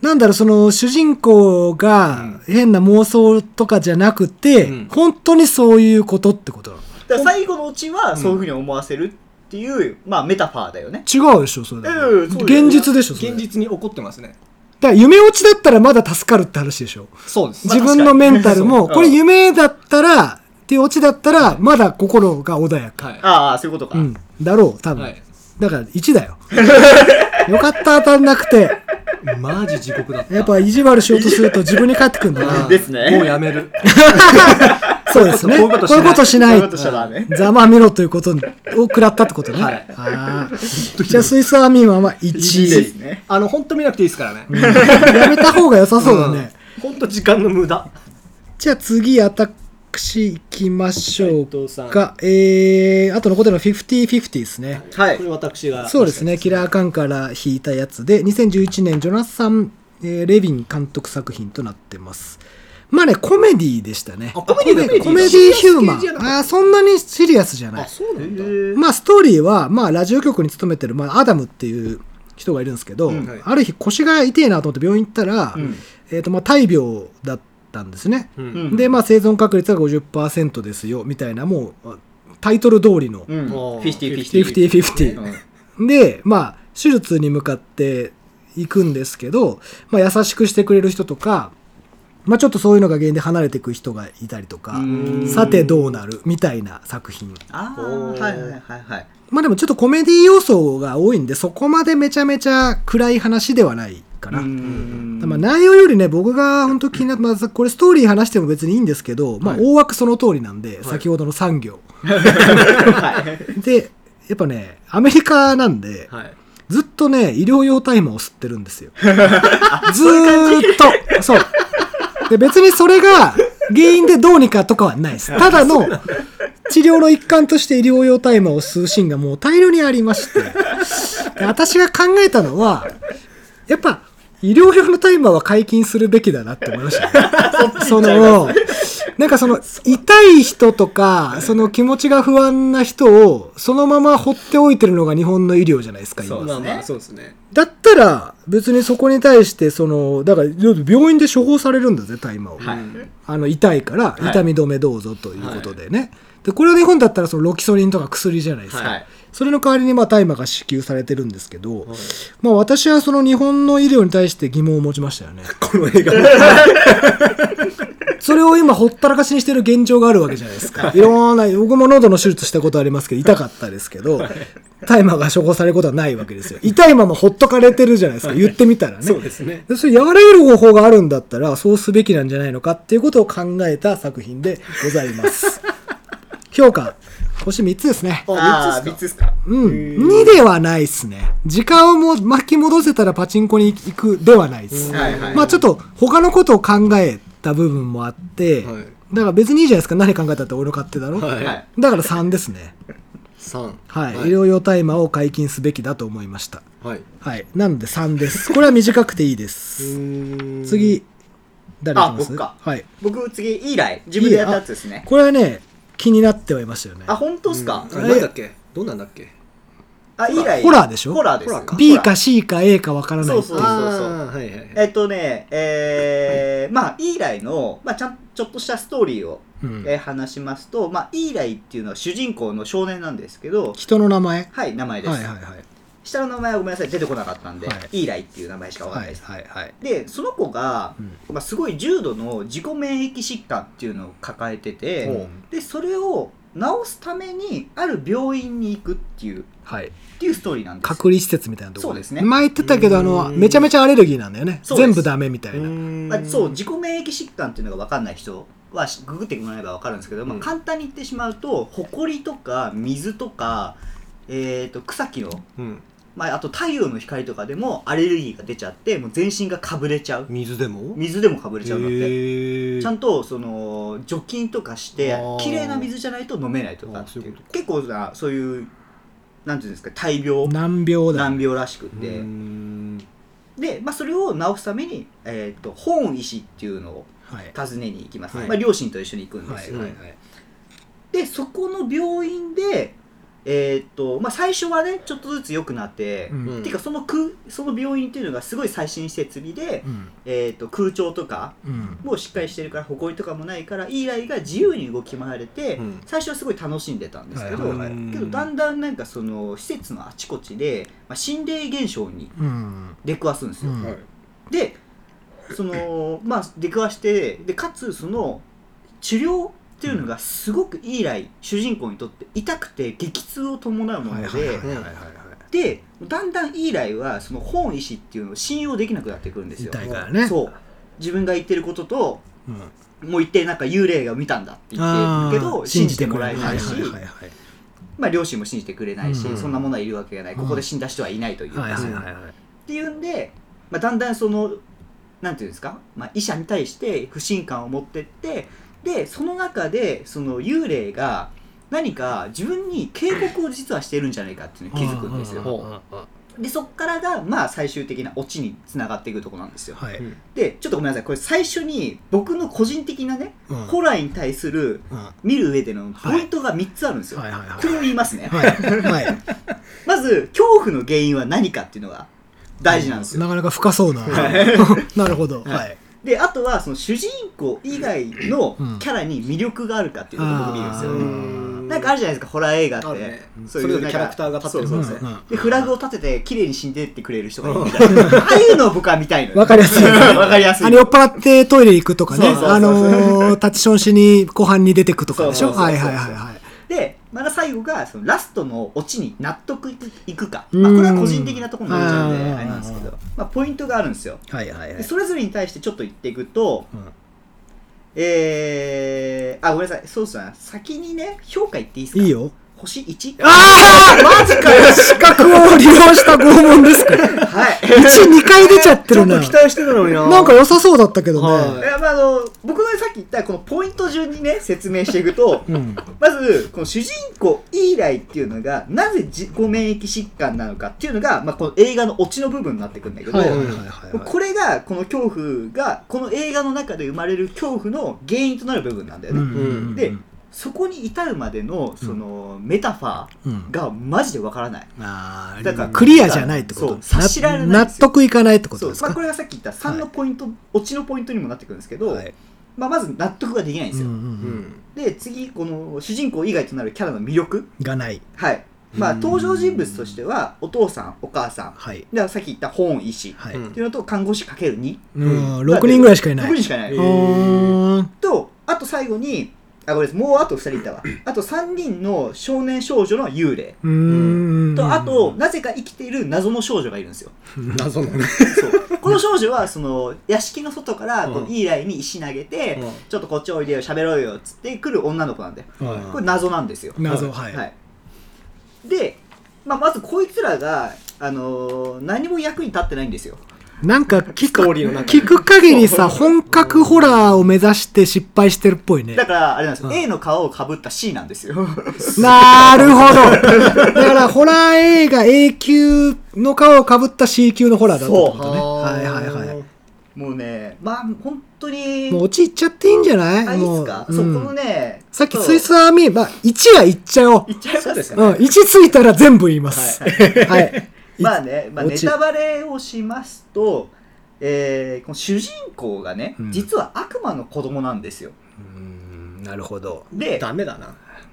A: なんだろう、その、主人公が変な妄想とかじゃなくて、
B: うん
A: 本当にそういうことってことなの。
C: だから最後のうちはそういうふうに思わせるっていう、まあメタファーだよね
A: 違うでしょ、それだと。
C: うんそうだよ
A: 現実でしょ、それ。
B: 現実に起こってますね
A: だから夢落ちだったらまだ助かるって話でしょ。
B: そうです
A: 自分のメンタルも、
C: まあ確かに
A: これ夢だったら、っていうオチだったら、まだ心が穏やか。
B: はい
C: ああそういうことか、
A: うん。だろう、多分。
B: はい
A: だから1だよ。よかった、当たんなくて。
B: マジ地獄だった
A: やっぱ意地悪しようとすると自分に返ってくるんだ な。
C: ですね
B: もうやめる
A: そうですね。
B: こ
A: こ
B: う
A: う
B: い
A: いうう
B: こ
A: こと
B: しない
A: とし
C: そう
A: な
C: いう
A: い
C: こ。としちゃダメ
A: ざまあみろということを食らったってことね。
B: はい
A: あーじゃあ、スイスアーミンマンは
C: 1です
A: 1。
C: ね
B: あの本当見なくていいですからね
A: やめた方が良さそうだね。
B: 本当時間の無駄
A: じゃあ次、私行きましょう
B: 斉藤さん
A: か。えー、あと残ってるのは50-50ですね。
C: はい
B: これ私が
A: そうですね、キラーカンから引いたやつで、2011年、ジョナサン、えーレビン監督作品となってます。まあね、コメディでしたね。
B: あコメディなんだ
A: コメディヒューマン。あーそんなにシリアスじゃない。
B: そうなんだ
A: まあ、ストーリーは、まあ、ラジオ局に勤めてる、まあ、アダムっていう人がいるんですけど、
B: んはい
A: ある日腰が痛いなと思って病院行ったら、えーとまあ、大病だったんですね。
B: うん
C: うん
A: で、まあ、生存確率が50%ですよ、みたいな、もう、タイトル通りの、
C: うん
B: もう
C: 50-50
A: 50-50。で、まあ、手術に向かっていくんですけど、まあ、優しくしてくれる人とか、まあ、ちょっとそういうのが原因で離れていく人がいたりとか、
C: うん
A: さてどうなるみたいな作品。
C: ああはいはいはいはい
A: まあでもちょっとコメディ要素が多いんで、そこまでめちゃめちゃ暗い話ではないかな。
C: ん
A: まあ内容よりね、僕が本当気になって、まあ、これストーリー話しても別にいいんですけど、まあ大枠その通りなんで、先ほどの産業。で、やっぱね、アメリカなんで、
B: はい
A: ずっとね、医療用大麻を吸ってるん ですよ。ずーっと。そう。で、別にそれが原因でどうにかとかはないです。ただの治療の一環として医療用大麻を吸うシーンがもう大量にありまして。で私が考えたのは、やっぱ、 医療用の大麻は解禁するべきだなって思いましたね、その、なんかその、痛い人とか、その気持ちが不安な人を、そのまま放っておいてるのが日本の医療じゃないですか、今。
B: まあまあそうですね
A: だったら、別にそこに対して、その、だから、病院で処方されるんだぜ、大麻を。あの、痛いから、痛み止めどうぞということでね。で、これは日本だったら、そのロキソニンとか薬じゃないですか。
F: はい
A: それの代わりに、まあ、大麻が支給されてるんですけど、まあ、私はその日本の医療に対して疑問を持ちましたよね。
B: この映画
A: それを今ほったらかしにしてる現状があるわけじゃないですか。いろんな、僕も喉の手術したことありますけど、痛かったですけど、大麻が処方されることはないわけですよ。痛いままほっとかれてるじゃないですか、言ってみたらね。
B: そうですね
A: でそれ和らげる方法があるんだったら、そうすべきなんじゃないのかっていうことを考えた作品でござい ます。評価、星3つですね。
C: ああ、3つですか。
A: うん。2ではないっすね。時間をも巻き戻せたらパチンコに行くではないっす。
C: はいはい。
A: まあちょっと他のことを考えた部分もあって、
B: はい
A: だから別にいいじゃないですか何考えたって俺の勝手だろ、
B: はい
A: だから3ですね
B: 三
A: はい、
B: はい
A: 医療用大麻を解禁すべきだと思いました
B: はい
A: はいなので3ですこれは短くていいで
B: う
A: す
B: ーん
A: 次誰いきま
C: あ
A: す
C: 僕か
A: はい
C: 僕、次、イーライ。自分でやったやつですね。
A: これはね気になってはいましたよね
C: あ、本当っすか
B: あ。なんだっけどんなんだっけ
C: あ、イーライ。
A: ホラーでしょ
C: ホラーで
B: ホラー
C: す。
A: B か C か A かわからな
C: そう
A: い
C: そうそうそう。
B: あーはいはいはい
C: えっとね、えーまあ、イーライの、まあ、ちゃんちょっとしたストーリーを、
A: うん
C: えー話しますと、まあ、イーライっていうのは主人公の少年なんですけど、
A: 人の名前
C: はい、名前です。
A: はいはいはいはい
C: 下の名前はごめんなさい、出てこなかったんで、
A: は
C: イーライっていう名前しかわかんないです。
A: はいはい
C: で、その子が、
A: うん
C: まあ、すごい重度の自己免疫疾患っていうのを抱えてて、で、それを治すために、ある病院に行くっていう、
A: はい
C: っていうストーリーなんですよ。
A: 隔離施設みたいなところ
C: そうですね
A: 前言ってたけどあのめちゃめちゃアレルギーなんだよね
C: そうです
A: 全部ダメみたいな
C: まあ、そう自己免疫疾患っていうのが分かんない人はしググってもらえば分かるんですけど、まあ、
B: うん
C: 簡単に言ってしまうとほこりとか水とか、えー、と草木の、
B: うん
C: まあ、あと太陽の光とかでもアレルギーが出ちゃってもう全身がかぶれちゃう
B: 水でも
C: 水でもかぶれちゃうんだって、
B: へー
C: ちゃんとその除菌とかして
B: あー
C: 綺麗な水じゃないと飲めないとかっていう
B: あーそういうことか
C: 結構なそういうなんていうんですか大病
A: 難病だ
C: 難病らしく
B: う
C: て。
B: ーん
C: で、まあ、それを治すために、えー、と本医師っていうのを
A: はい
C: 訪ねに行きます、
B: はい
C: まあ、両親と一緒に行くんですよ、
B: はい
C: うんでそこの病院で、えーっとまあ、最初はねちょっとずつ良くなって、
A: うん
B: うん
C: ていうかその空その病院っていうのがすごい最新設備で、
A: うん
C: えーっと空調とか
A: うん
C: もうしっかりしてるから埃とかもないからイーライが自由に動き回れて、
B: うん
C: 最初はすごい楽しんでたんですけど、
A: はいはい
B: はい
C: けどだんだんなんかその施設のあちこちで、まあ、心霊現象に
A: うん
C: 出くわすんですよ、
A: うん
B: はい
C: でそのまあ出くわしてでかつその治療っていうのがすごくいい来主人公にとって痛くて激痛を伴うもので
B: はいはいはい
C: でだんだんいい来はその本医師っていうのを信用できなくなってくるんですよ
A: 痛いからね
C: そう自分が言ってることと
A: うん
C: もう言ってなんか幽霊が見たんだって言っ
A: あー
C: てるけど信じてもらえ
A: 信
C: ないし
A: じてくれはいはい
C: まあ両親も信じてくれないし、
A: うん
C: そんなものはいるわけがないここで死んだ人はいないというか、
A: はいはいはいはいはい
C: っていうんで、まあ、だんだんそのなんていうんですか、まあ、医者に対して不信感を持ってってでその中でその幽霊が何か自分に警告を実はしてるんじゃないかっていうのに気づくんですよでそっからがまあ最終的なオチにつながっていくとこなんですよ
A: はい
B: うん
C: でちょっとごめんなさいこれ最初に僕の個人的なね
A: うん
C: ホラーに対する
A: うんは
C: 見る上でのポイントが3つあるんです
A: い
C: よ、
A: はいはい
C: これを言いますね、
A: はい はい
C: まず恐怖の原因は何かっていうのが大事なんですよ
A: なかなか深そうな なるほどはい
C: であとはその主人公以外のキャラに魅力があるかっていうのが僕見るんですよ、
A: うん
B: うん
C: なんかあるじゃないですかホラー映画って、
B: あるね
C: そう
B: そ
C: い
B: れ
C: う
B: ぞ
C: なんか
B: れキャラクターが立ってる
C: そううんそうそう
A: うん
C: でフラグを立てて綺麗に死んでってくれる人がいるみたいなああいうのを僕は見たいのよ
A: わかりやすい
C: わかりやすい
A: あの酔っ払ってトイレ行くとかね
C: そうそうそうそう
A: あのータッチションしに後半に出てくとかでしょ
C: そうそう
A: は
C: そう
A: い
C: そう
A: はいはいはい
C: でまた最後がそのラストのオチに納得いくか、まあ、これは個人的なところになっちゃうんで
A: うん
C: あれなんですけど、まあ、ポイントがあるんですよ
A: はいはいは
C: でそれぞれに対してちょっと言っていくと、
A: うん
C: えー、あごめんなさいそうっすね先にね評価言っていいですか
A: いいよ
C: 星 1?
A: ああマジかよ資格を利用した拷問です か
C: はい。
A: 1、2回出ちゃって
G: ちょ
A: る
G: っと
A: な。
G: 期待してたのにな。
A: なんか良さそうだったけどね。
G: はい
C: やまあ、あの僕のさっき言ったこのポイント順にね説明していくと、
A: うん。
C: まずこの主人公イーライっていうのがなぜ自己免疫疾患なのかっていうのが、まあ、この映画のオチの部分になってくんだけど、
A: はいはいはいはいはい。
C: これがこの恐怖がこの映画の中で生まれる恐怖の原因となる部分なんだよ
A: うん
C: ね、
A: うん
C: でそこに至るまでのそのメタファ
A: う
C: ー
A: ん、
C: がマジでわからない、
A: あー
C: だから
A: クリアじゃないってこと
C: そう察しられないんですよ
A: 納得いかないってこと
C: そう
A: です
C: ま
A: か
C: あ、これがさっき言った3のポイント、オチのポイントにもなってくるんですけど、
G: はい
C: まあ、まず納得ができないんですよ、
A: うんうん
G: う
A: うん
G: ん。
C: で次この主人公以外となるキャラの魅力
A: がない。
C: はいまあ
G: うん
C: 登場人物としてはお父さんお母さん
A: はい。
C: でさっき言った本医師
A: はい。
G: う
A: うん
C: っていうのと看護師かける2
A: 6人ぐらいしかいない。
C: 6人しかいない、
G: え
A: うーん
C: とあと最後にあごめんなさいもうあと2人いたわあと3人の少年少女の幽霊
A: うーん。
C: とあとなぜか生きている謎の少女がいるんですよ
B: 謎のね
C: そうこの少女はその屋敷の外からこ
B: う
C: うんイーライに石投げて、
B: うん
C: ちょっとこっちおいでよ喋ろうよっつって来る女の子なんだよ
B: は
C: これ謎なんですよ
A: 謎、はい。
C: はい、で、まあ、まずこいつらが、あのー何も役に立ってないんですよ
A: なんか聞
B: スト
A: く
B: ーリーの中で
A: 聞く限りさ、本格ホラーを目指して失敗してるっ ぽいね。
C: だからあれなんですよ、
A: うん
C: A の皮をかぶった C なんですよ
A: なるほど。だから、ホラー映画 A 級の皮をかぶった C 級のホラーだったってことね。
C: そう
A: はいはいはい。
C: もうねまあ本当に
A: もう落ちいっちゃっていいんじゃない
C: あいいっすか、
A: もう
C: そううんこのね
A: さっき
C: そう
A: スイスアーミー、まあ、1はいっちゃおう。
C: いっちゃいます
B: です
A: うん、1ついたら全部言います。 はい。
C: まあね、まあ、ネ
A: 落ち
C: タバレをしますと、えーこの主人公がね、
A: うん
C: 実は悪魔の子供なんですよ
A: なるほど。
C: で
B: ダメだな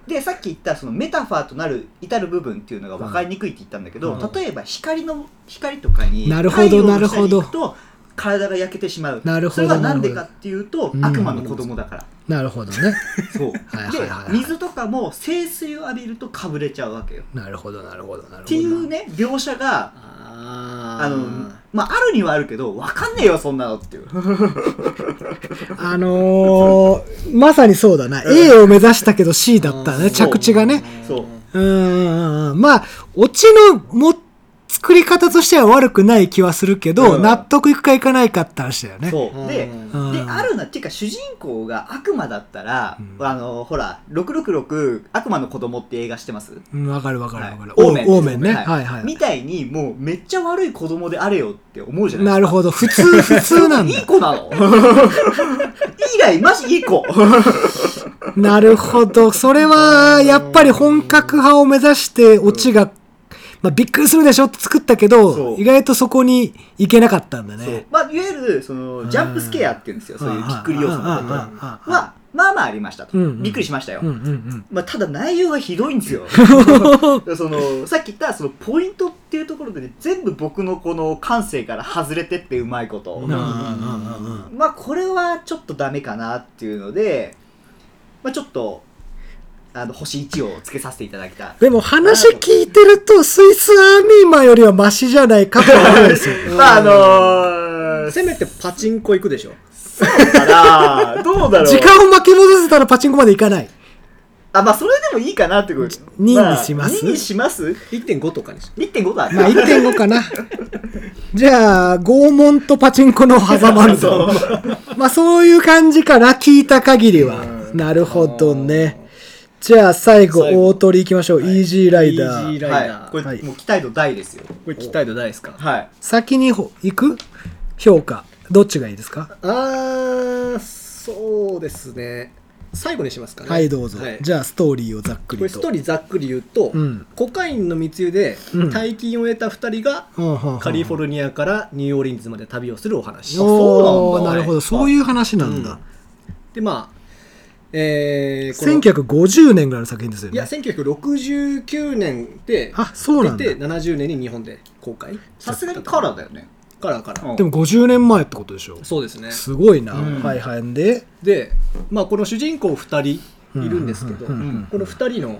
C: でさっき言ったそのメタファーとなる至る部分っていうのが分かりにくいって言ったんだけど、
A: うん
C: 例えば光の光とかに
A: なるほど
C: 太陽の下に行く
A: なる
C: と体が焼けてしまう
A: なるほ
C: そ
A: ど
C: れはなんでかっていうと
A: なる
C: 悪
A: ほど
C: 魔の子供だから、
A: なるほどね。
C: そうで
A: はいはいはいはい
C: 水とかも清水を浴びるとかぶれちゃうわけよ
A: なるほど、なるほど、なるほど。っ
C: っていう。ね描写が
B: あ
C: あのまああるにはあるけど分かんねえよそんなのっていう
A: あのー、まさにそうだな。A を目指したけど C だったね。着地がね。
C: そう
A: うーんまあ、オチのも作り方としては悪くない気はするけど、
C: うん
A: 納得いくかいかないかって話だよね。
C: そうで、
A: うん
C: であるなっていうか主人公が悪魔だったら、
A: うん
C: あのほら666悪魔の子供って映画してます
A: うんわかるわかるわかる。
C: オ
A: オ
C: ーメン
A: ーメンね。
C: はい
A: はいはい。
C: みたいにもうめっちゃ悪い子供であれよって思うじゃな
A: ないるほど。普通、普通な ん
C: ですかいい子
A: だ。
C: な の以来マジいい子
A: なるほど。それは、やっぱり本格派を目指して、オチが、まあ、びっくりするでしょって作ったけ
C: そう
A: ど、意外とそこに行けなかったんだ
C: そう
A: ね。
C: まあいわゆるそのジャンプスケアっていうんですよそういうびっくり要素のこと
A: は、
C: はまあまあありましたと、
A: うんうん
C: びっくりしましたよ、
A: うんうんうん。
C: まあ、ただ内容がひどいんです よそのさっき言ったそのポイントっていうところで、ね、全部僕のこの感性から外れてってうまいこと、
A: うんうんうんうん
C: まあこれはちょっとダメかなっていうので、まあ、ちょっとあの星1をつけさせていただきた
A: でも話聞いてると、スイスアーミーマンよりはマシじゃないかと思うん ですよ。
C: まああのー、
B: せめてパチンコ行くでしょ
C: そうかなどうだろう
A: 時間を巻き戻せたらパチンコまでいかない。
C: あまあそれでもいいかなってこと
A: ににします
C: あ、2にします
B: 1.5とかにし
C: ?1.5 だ
A: まあ1.5かな。 じゃあ、拷問とパチンコの狭間
C: そ
A: と。 まあそういう感じかな、聞いた限りは。なるほどね。じゃあ最後、
B: 最後
A: 大鳥行きましょう。イージーライダ
B: イージ
A: ー。
B: ーライダ
C: は
B: ー
C: い、これ、
A: はい
C: もう期待度大ですよ
B: これ期待度大ですか
C: はい
A: 先にほ行く評価。どっちがいいですか
B: あーそうですね最後にしますかね
A: はい、どうぞ
B: はい。
A: じゃあストーリーをざっく
B: これ
A: り
B: ストー
A: と。
B: リーざっくり言うと、
A: うん
B: コカインの密輸で
A: うん
B: 大金を得た2人がカリフォ
A: ル
B: ルニアからニューオーリンズまで旅をするお話
A: おー
B: はい
A: なるほど。そういう話なんだ。
B: でまあえー、この
A: 1950年ぐらいの作品ですよ
B: いや
A: ね。
B: 1969年で
A: あ、そうなんだ。
B: 出て70年に日本で公開
C: さすがにカラーだよね
B: カラーから、
C: うん
A: でも50年前ってことでしょ。
B: そうですね
A: すごいな。
C: うん
A: はいはい。で、
B: でまあこの主人公2人いるんですけど、
A: うんうんうんうん
B: この2人の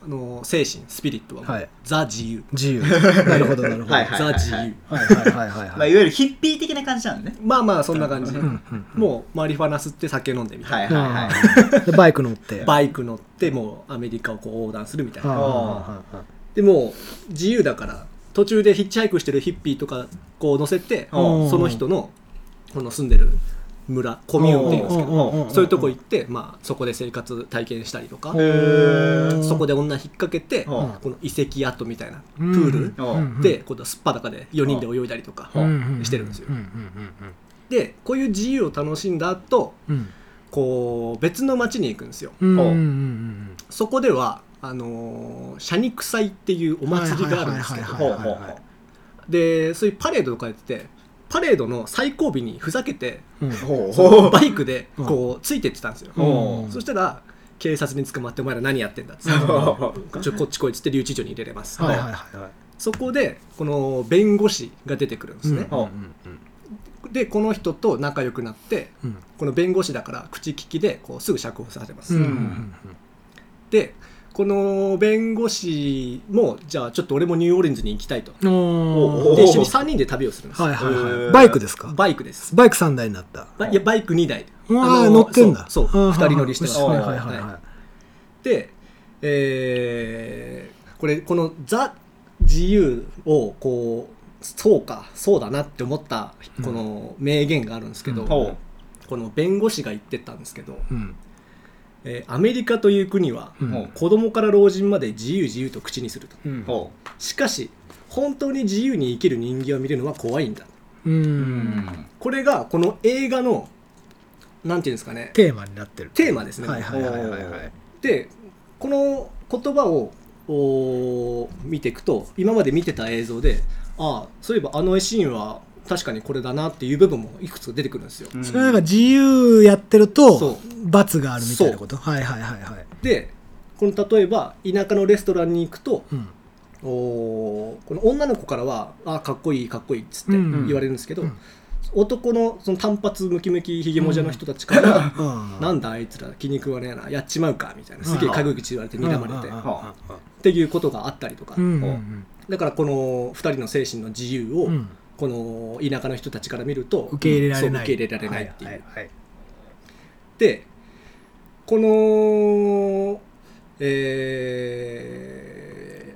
B: あの精神スピリットはもう、
A: はい
B: ザ自由
A: 自 由。なるほど、なるほど。
D: はいはい
B: ザ自由
A: はいはいはいはい
C: まあ、
A: はい
C: いわゆるヒッピー的な感じなのね
B: まあまあそんな感じ、
A: うんうん
B: もうマリファナ吸って酒飲んでみたいな、
C: はいはいはい
A: あー。でバイク乗って。イ
B: バイク乗ってもうアメリカをこう横断するみたいな、
A: は
B: でもう自由だから途中でヒッチハイクしてるヒッピーとかこう乗せて
A: うん
B: その人のこの住んでる村コミューンっていうんですけど
A: ど
B: そういうとこ行って、まあ、そこで生活体験したりとかそこで女引っ掛けてこの遺跡跡みたいなプー
A: うんうんうん
B: ルで今度はすっぱだかで4人で泳いだりとかしてるんですよ
A: うう
B: でこういう自由を楽しんだ後
A: うん
B: こう別の町に行くんですよ
A: うんうんうんうんうん
B: そこではあのー、シャニク祭っていうお祭りがあるんですけど
A: はいはいはいはいはい
B: でそういうパレードとかやっててパレードの最後尾にふざけて
A: うん
C: ほう
B: そのバイクで
A: うん
B: こうついてってたんですよ、
A: うん
B: そしたら警察に捕まってお前ら何やって んだっつってちょこっち来いっつって留置所に入れれます、
A: はいはいはいはい
B: そこでこの弁護士が出てくるんですね、
A: うんうん
B: でこの人と仲良くなって
A: うん
B: この弁護士だから口利きでこうすぐ釈放されます、
A: うんうん
B: でこの弁護士もじゃあちょっと俺もニューオーリンズに行きたいと
A: うんおー
B: で一緒に3人で旅をするんです、
A: はいは
C: え
A: いはい
C: ー
A: バイクですか
B: バイクです
A: バイク三台になった
B: ばいやバイク2台
A: うわ
B: あ
A: ー乗
B: の
A: ってんだ
B: そうそう
A: あー
B: 二人乗りしてます
A: はいはいはいはい
B: で、えーこれこの「ザ・自由」をこうそうかそうだなって思った
A: うん
B: この名言があるんですけど、
A: うん
C: ほ
B: この弁護士が言ってたんですけど、
A: うん
B: えーアメリカという国は
A: うん
B: 子供から老人まで自由自由と口にすると
A: うん
C: ほ
B: しかし本当に自由に生きる人間を見るのは怖いんだ
A: うん
B: これがこの映画のなんていうんですかね
A: テーマになってる
B: テーマですね
A: はいはいはいはいはい
B: でこの言葉をおー見ていくと今まで見てた映像でああそういえばあのシーンは確かにこれだなっていう部分もいくつか出てくるんですよ、
C: う
A: それなんか自由やってると
B: そ
A: 罰があるみたいなことはいはいはいはい
B: でこの例えば田舎のレストランに行くと
A: うん
B: おーこの女の子からは「ああかっこいいかっこいい」っつって
A: うんうん
B: 言われるんですけど、
A: うん
B: 男のその短髪ムキムキひげもじゃの人たちからは
A: うん
B: 「なんだあいつら気に食わねえなやっちまうか」みたいなすげえ陰口言われて睨ま
A: うん
B: れて
A: うん
B: っ
A: は
B: ていうことがあったりとか、
A: うんうん
B: だからこの2人の精神の自由を、
A: うん
B: この田舎の人たちから見ると
A: 受け入れられ
B: そう
A: ない
B: 受け入れられないっていう。
A: はいはい
B: でこのえ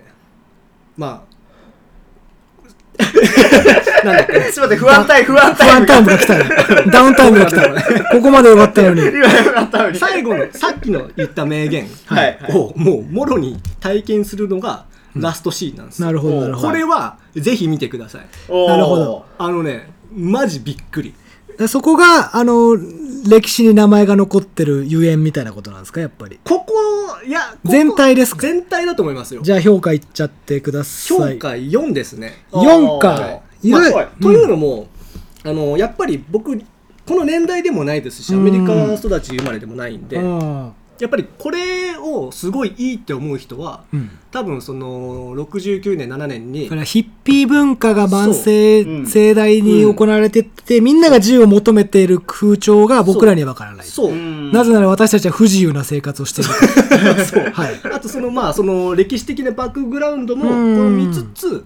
B: ー、まあ なんだっけ
C: すいません不安対不安
A: 不安タイムが来 たね。ダウンタイムが来たね。ここまで終わったのに。
B: 最後のさっきの言った名言
C: はい
B: をもうもろに体験するのがラストシーンなんですよ、
A: なるほど、なるほど。
B: これはぜひ見てください
A: なるほど
B: あのねマジびっくり
A: でそこが、あの、歴史に名前が残ってるゆえんみたいなことなんですか、やっぱり。
B: ここいやここ
A: 全体ですか
B: 全体だと思いますよ
A: じゃあ評価いっちゃってくださ
B: 評
A: い。
B: 価4ですね
A: 4
B: は
A: か。意外、
B: まあというのも、あのやっぱり僕この年代でもないですしアメリカ育ち生まれでもないんで、
A: うん
B: やっぱりこれをすごいいいって思う人は
A: うん
B: 多分その69年7年に
A: だからヒッピー文化が慢性、
C: そううん
A: 盛大に行われてって、みんなが自由を求めている空調が僕らにはわからない。
B: そう、
A: なぜなら私たちは不自由な生活をしているから。そう。はい。
B: あ とそのまあその歴史的なバックグラウンドもこ
A: うん
B: う見つつ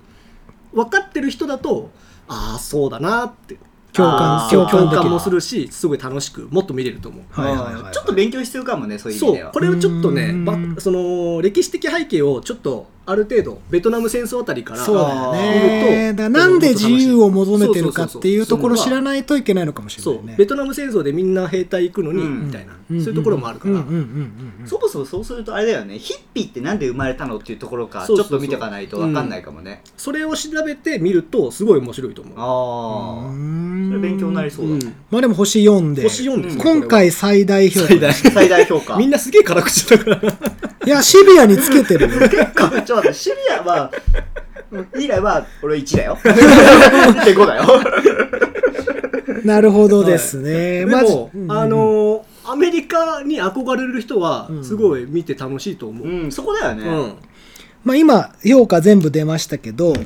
B: 分かってる人だとああそうだなって
A: 共感、
C: あー
A: 共感
B: 共
A: でき
B: 感
A: る。
B: もするしすごい楽しくもっと見れると思う。
A: はいはいはいはい。
C: ちょっと勉強必要かもねそういう意味
B: そ
C: で
B: う
C: は
B: これをちょっとね
A: うん
B: ばその歴史的背景をちょっとある程度ベトナム戦 争あたりから
A: そうだよ
B: 見
A: ね。
B: ると
A: だからなんで自由を求めてるかっていうところを
B: そう
A: 知
B: そうそう
A: らないといけないのかもしれ
B: そ
A: ないうね。
B: ベトナム戦争でみんな兵隊行くのに、
C: うん
B: みたいな、
A: ん
B: そういうところもあるから、
A: うんうんうんうんうん
C: そもそもそうするとあれだよねヒッピーってなんで生まれたのっていうところかち
B: そう
C: ょ
B: そう
C: っ
B: そう
C: と見とかないと分かんないかもね
B: それを調べてみるとすごい面白いと思う、
A: う
C: ああ
A: ーん
C: それ勉強になりそう
B: う
C: だ
B: ん
C: ね
A: まあでも星4で。
B: 星4です、ね
A: 今回最大評価。
B: 最大
C: 最大評 価
B: みんなすげえ辛口だから
A: いや、シビアにつけてるよ。
C: 結構ちょっと待ってシビアは以来は俺1だよ1.5だよ
A: なるほどですね。
B: で
A: まず
B: も、
A: うん
B: あのーアメリカに憧れる人は
A: ん
B: すごい見て楽しいと思う、
C: うんそこだよ
B: うん
C: ね
A: まあ今、評価全部出ましたけど、
B: はい、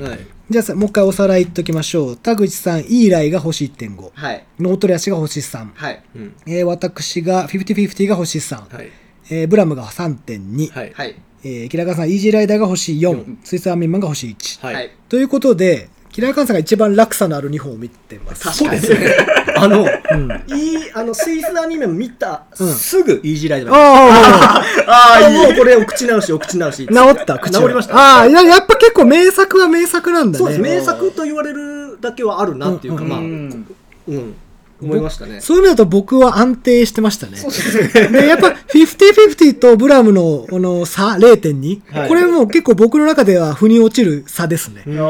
A: じゃあさもう一回おさらいいっときましょう。田口さん、イーライが星1.5。
C: はい
A: ノートリアシが星3。
C: はい
B: うん
A: えー私が、50-50が星3。
B: はい、
A: えーブラムが3.2、
B: はい
C: はい
A: えーキラーカンさん、イージーライダーが星4、スイスアーミンマンが星1。
B: はい、
C: はい
A: ということで、キラーカンさんが一番落差のある2本を見てます。
B: そうですねあの
A: うんあ
B: いいあのスイスアニメ見た、
A: うん
B: すぐイージーライダー
A: あ
B: あもうこれお口直しお口直し
A: 治った、口は
B: 治りました
A: ああ、いややっぱ結構名作は名作なんだね。
B: そうです名作と言われるだけはあるなっていうか、
A: うん
B: まあ
A: う
B: うん、思いましたね
A: そういう意味だと僕は安定してましたね。で、やっぱ50-50とブラムのあの差0.2、
B: はい
A: これもう結構僕の中では腑に落ちる差ですね。
B: う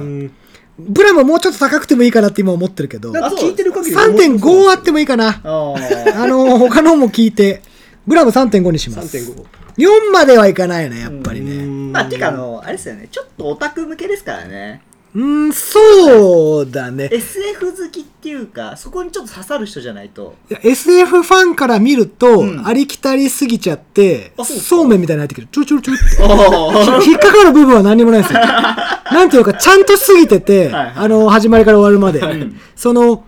B: ん
A: ブラムはもうちょっと高くてもいいかなって今思ってるけど、
B: なんか聞いてる限り
A: 3.5あってもいいかな。あの、他のも聞いて、ブラム3.5にします。
B: 3.5
A: 4まではいかないよね、やっぱりね。
C: まあ
B: ま
C: てかあのあれですよねちょっとオタク向けですからね
A: うん、そうだね。
C: SF 好きっていうかそこにちょっと刺さる人じゃないと
A: SF ファンから見ると、
C: うん
A: ありきたりすぎちゃって、
C: そうですか
A: そうめんみたいになってくる。ちょいちょいちょいって。
C: お
A: 引っかかる部分は何にもないです よ。なんていうか、ちゃんと過ぎてて、
C: はいはい
A: あの、始まりから終わるまで、
C: ん
A: その、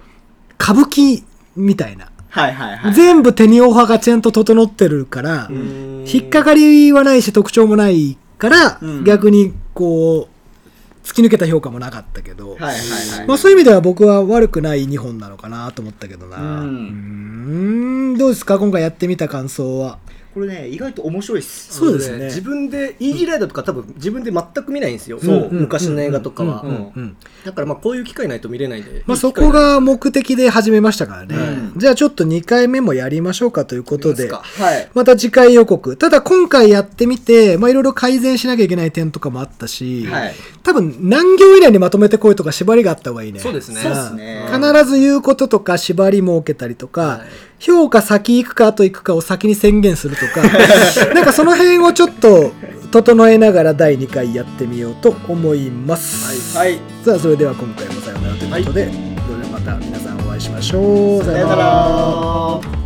A: 歌舞伎みたいな。
C: はいはいはい
A: 全部手におはがちゃんと整ってるから、引っかかりはないし特徴もないから、
C: うん
A: 逆にこう、突き抜けた評価もなかったけど、
C: はいはいはい
A: まあそういう意味では僕は悪くない2本なのかなと思ったけどな。
C: う
A: うんーんどうですか今回やってみた感想は。
C: これね意外と面白いっす
A: そうですね
B: あの自分でイージーライダーとか多分自分で全く見ないんですよ、
A: そううん
B: 昔の映画とかは、
A: うんうん
B: だからまあこういう機会ないと見れないんで、
A: まあ、
B: いい機
A: そ
B: 会
A: こ
B: だな
A: が目的で始めましたからね、
C: う
A: じゃあちょっと2回目もやりましょうかということで
B: やりま
C: はい
A: また次回予告ただ今回やってみてまあいろいろ改善しなきゃいけない点とかもあったし、
C: はい
A: 多分何行以内にまとめてこいとか縛りがあった方がいいね
B: そうですね
C: そうっすね
A: 必ず言うこととか縛り設けたりとか、評価先行くか後行くかを先に宣言する とかなんかその辺をちょっと整えながら第2回やってみようと思います、
C: はい
A: さあそれでは今回もさようならということで、それではまた皆さんお会いしましょうさ
C: さよなら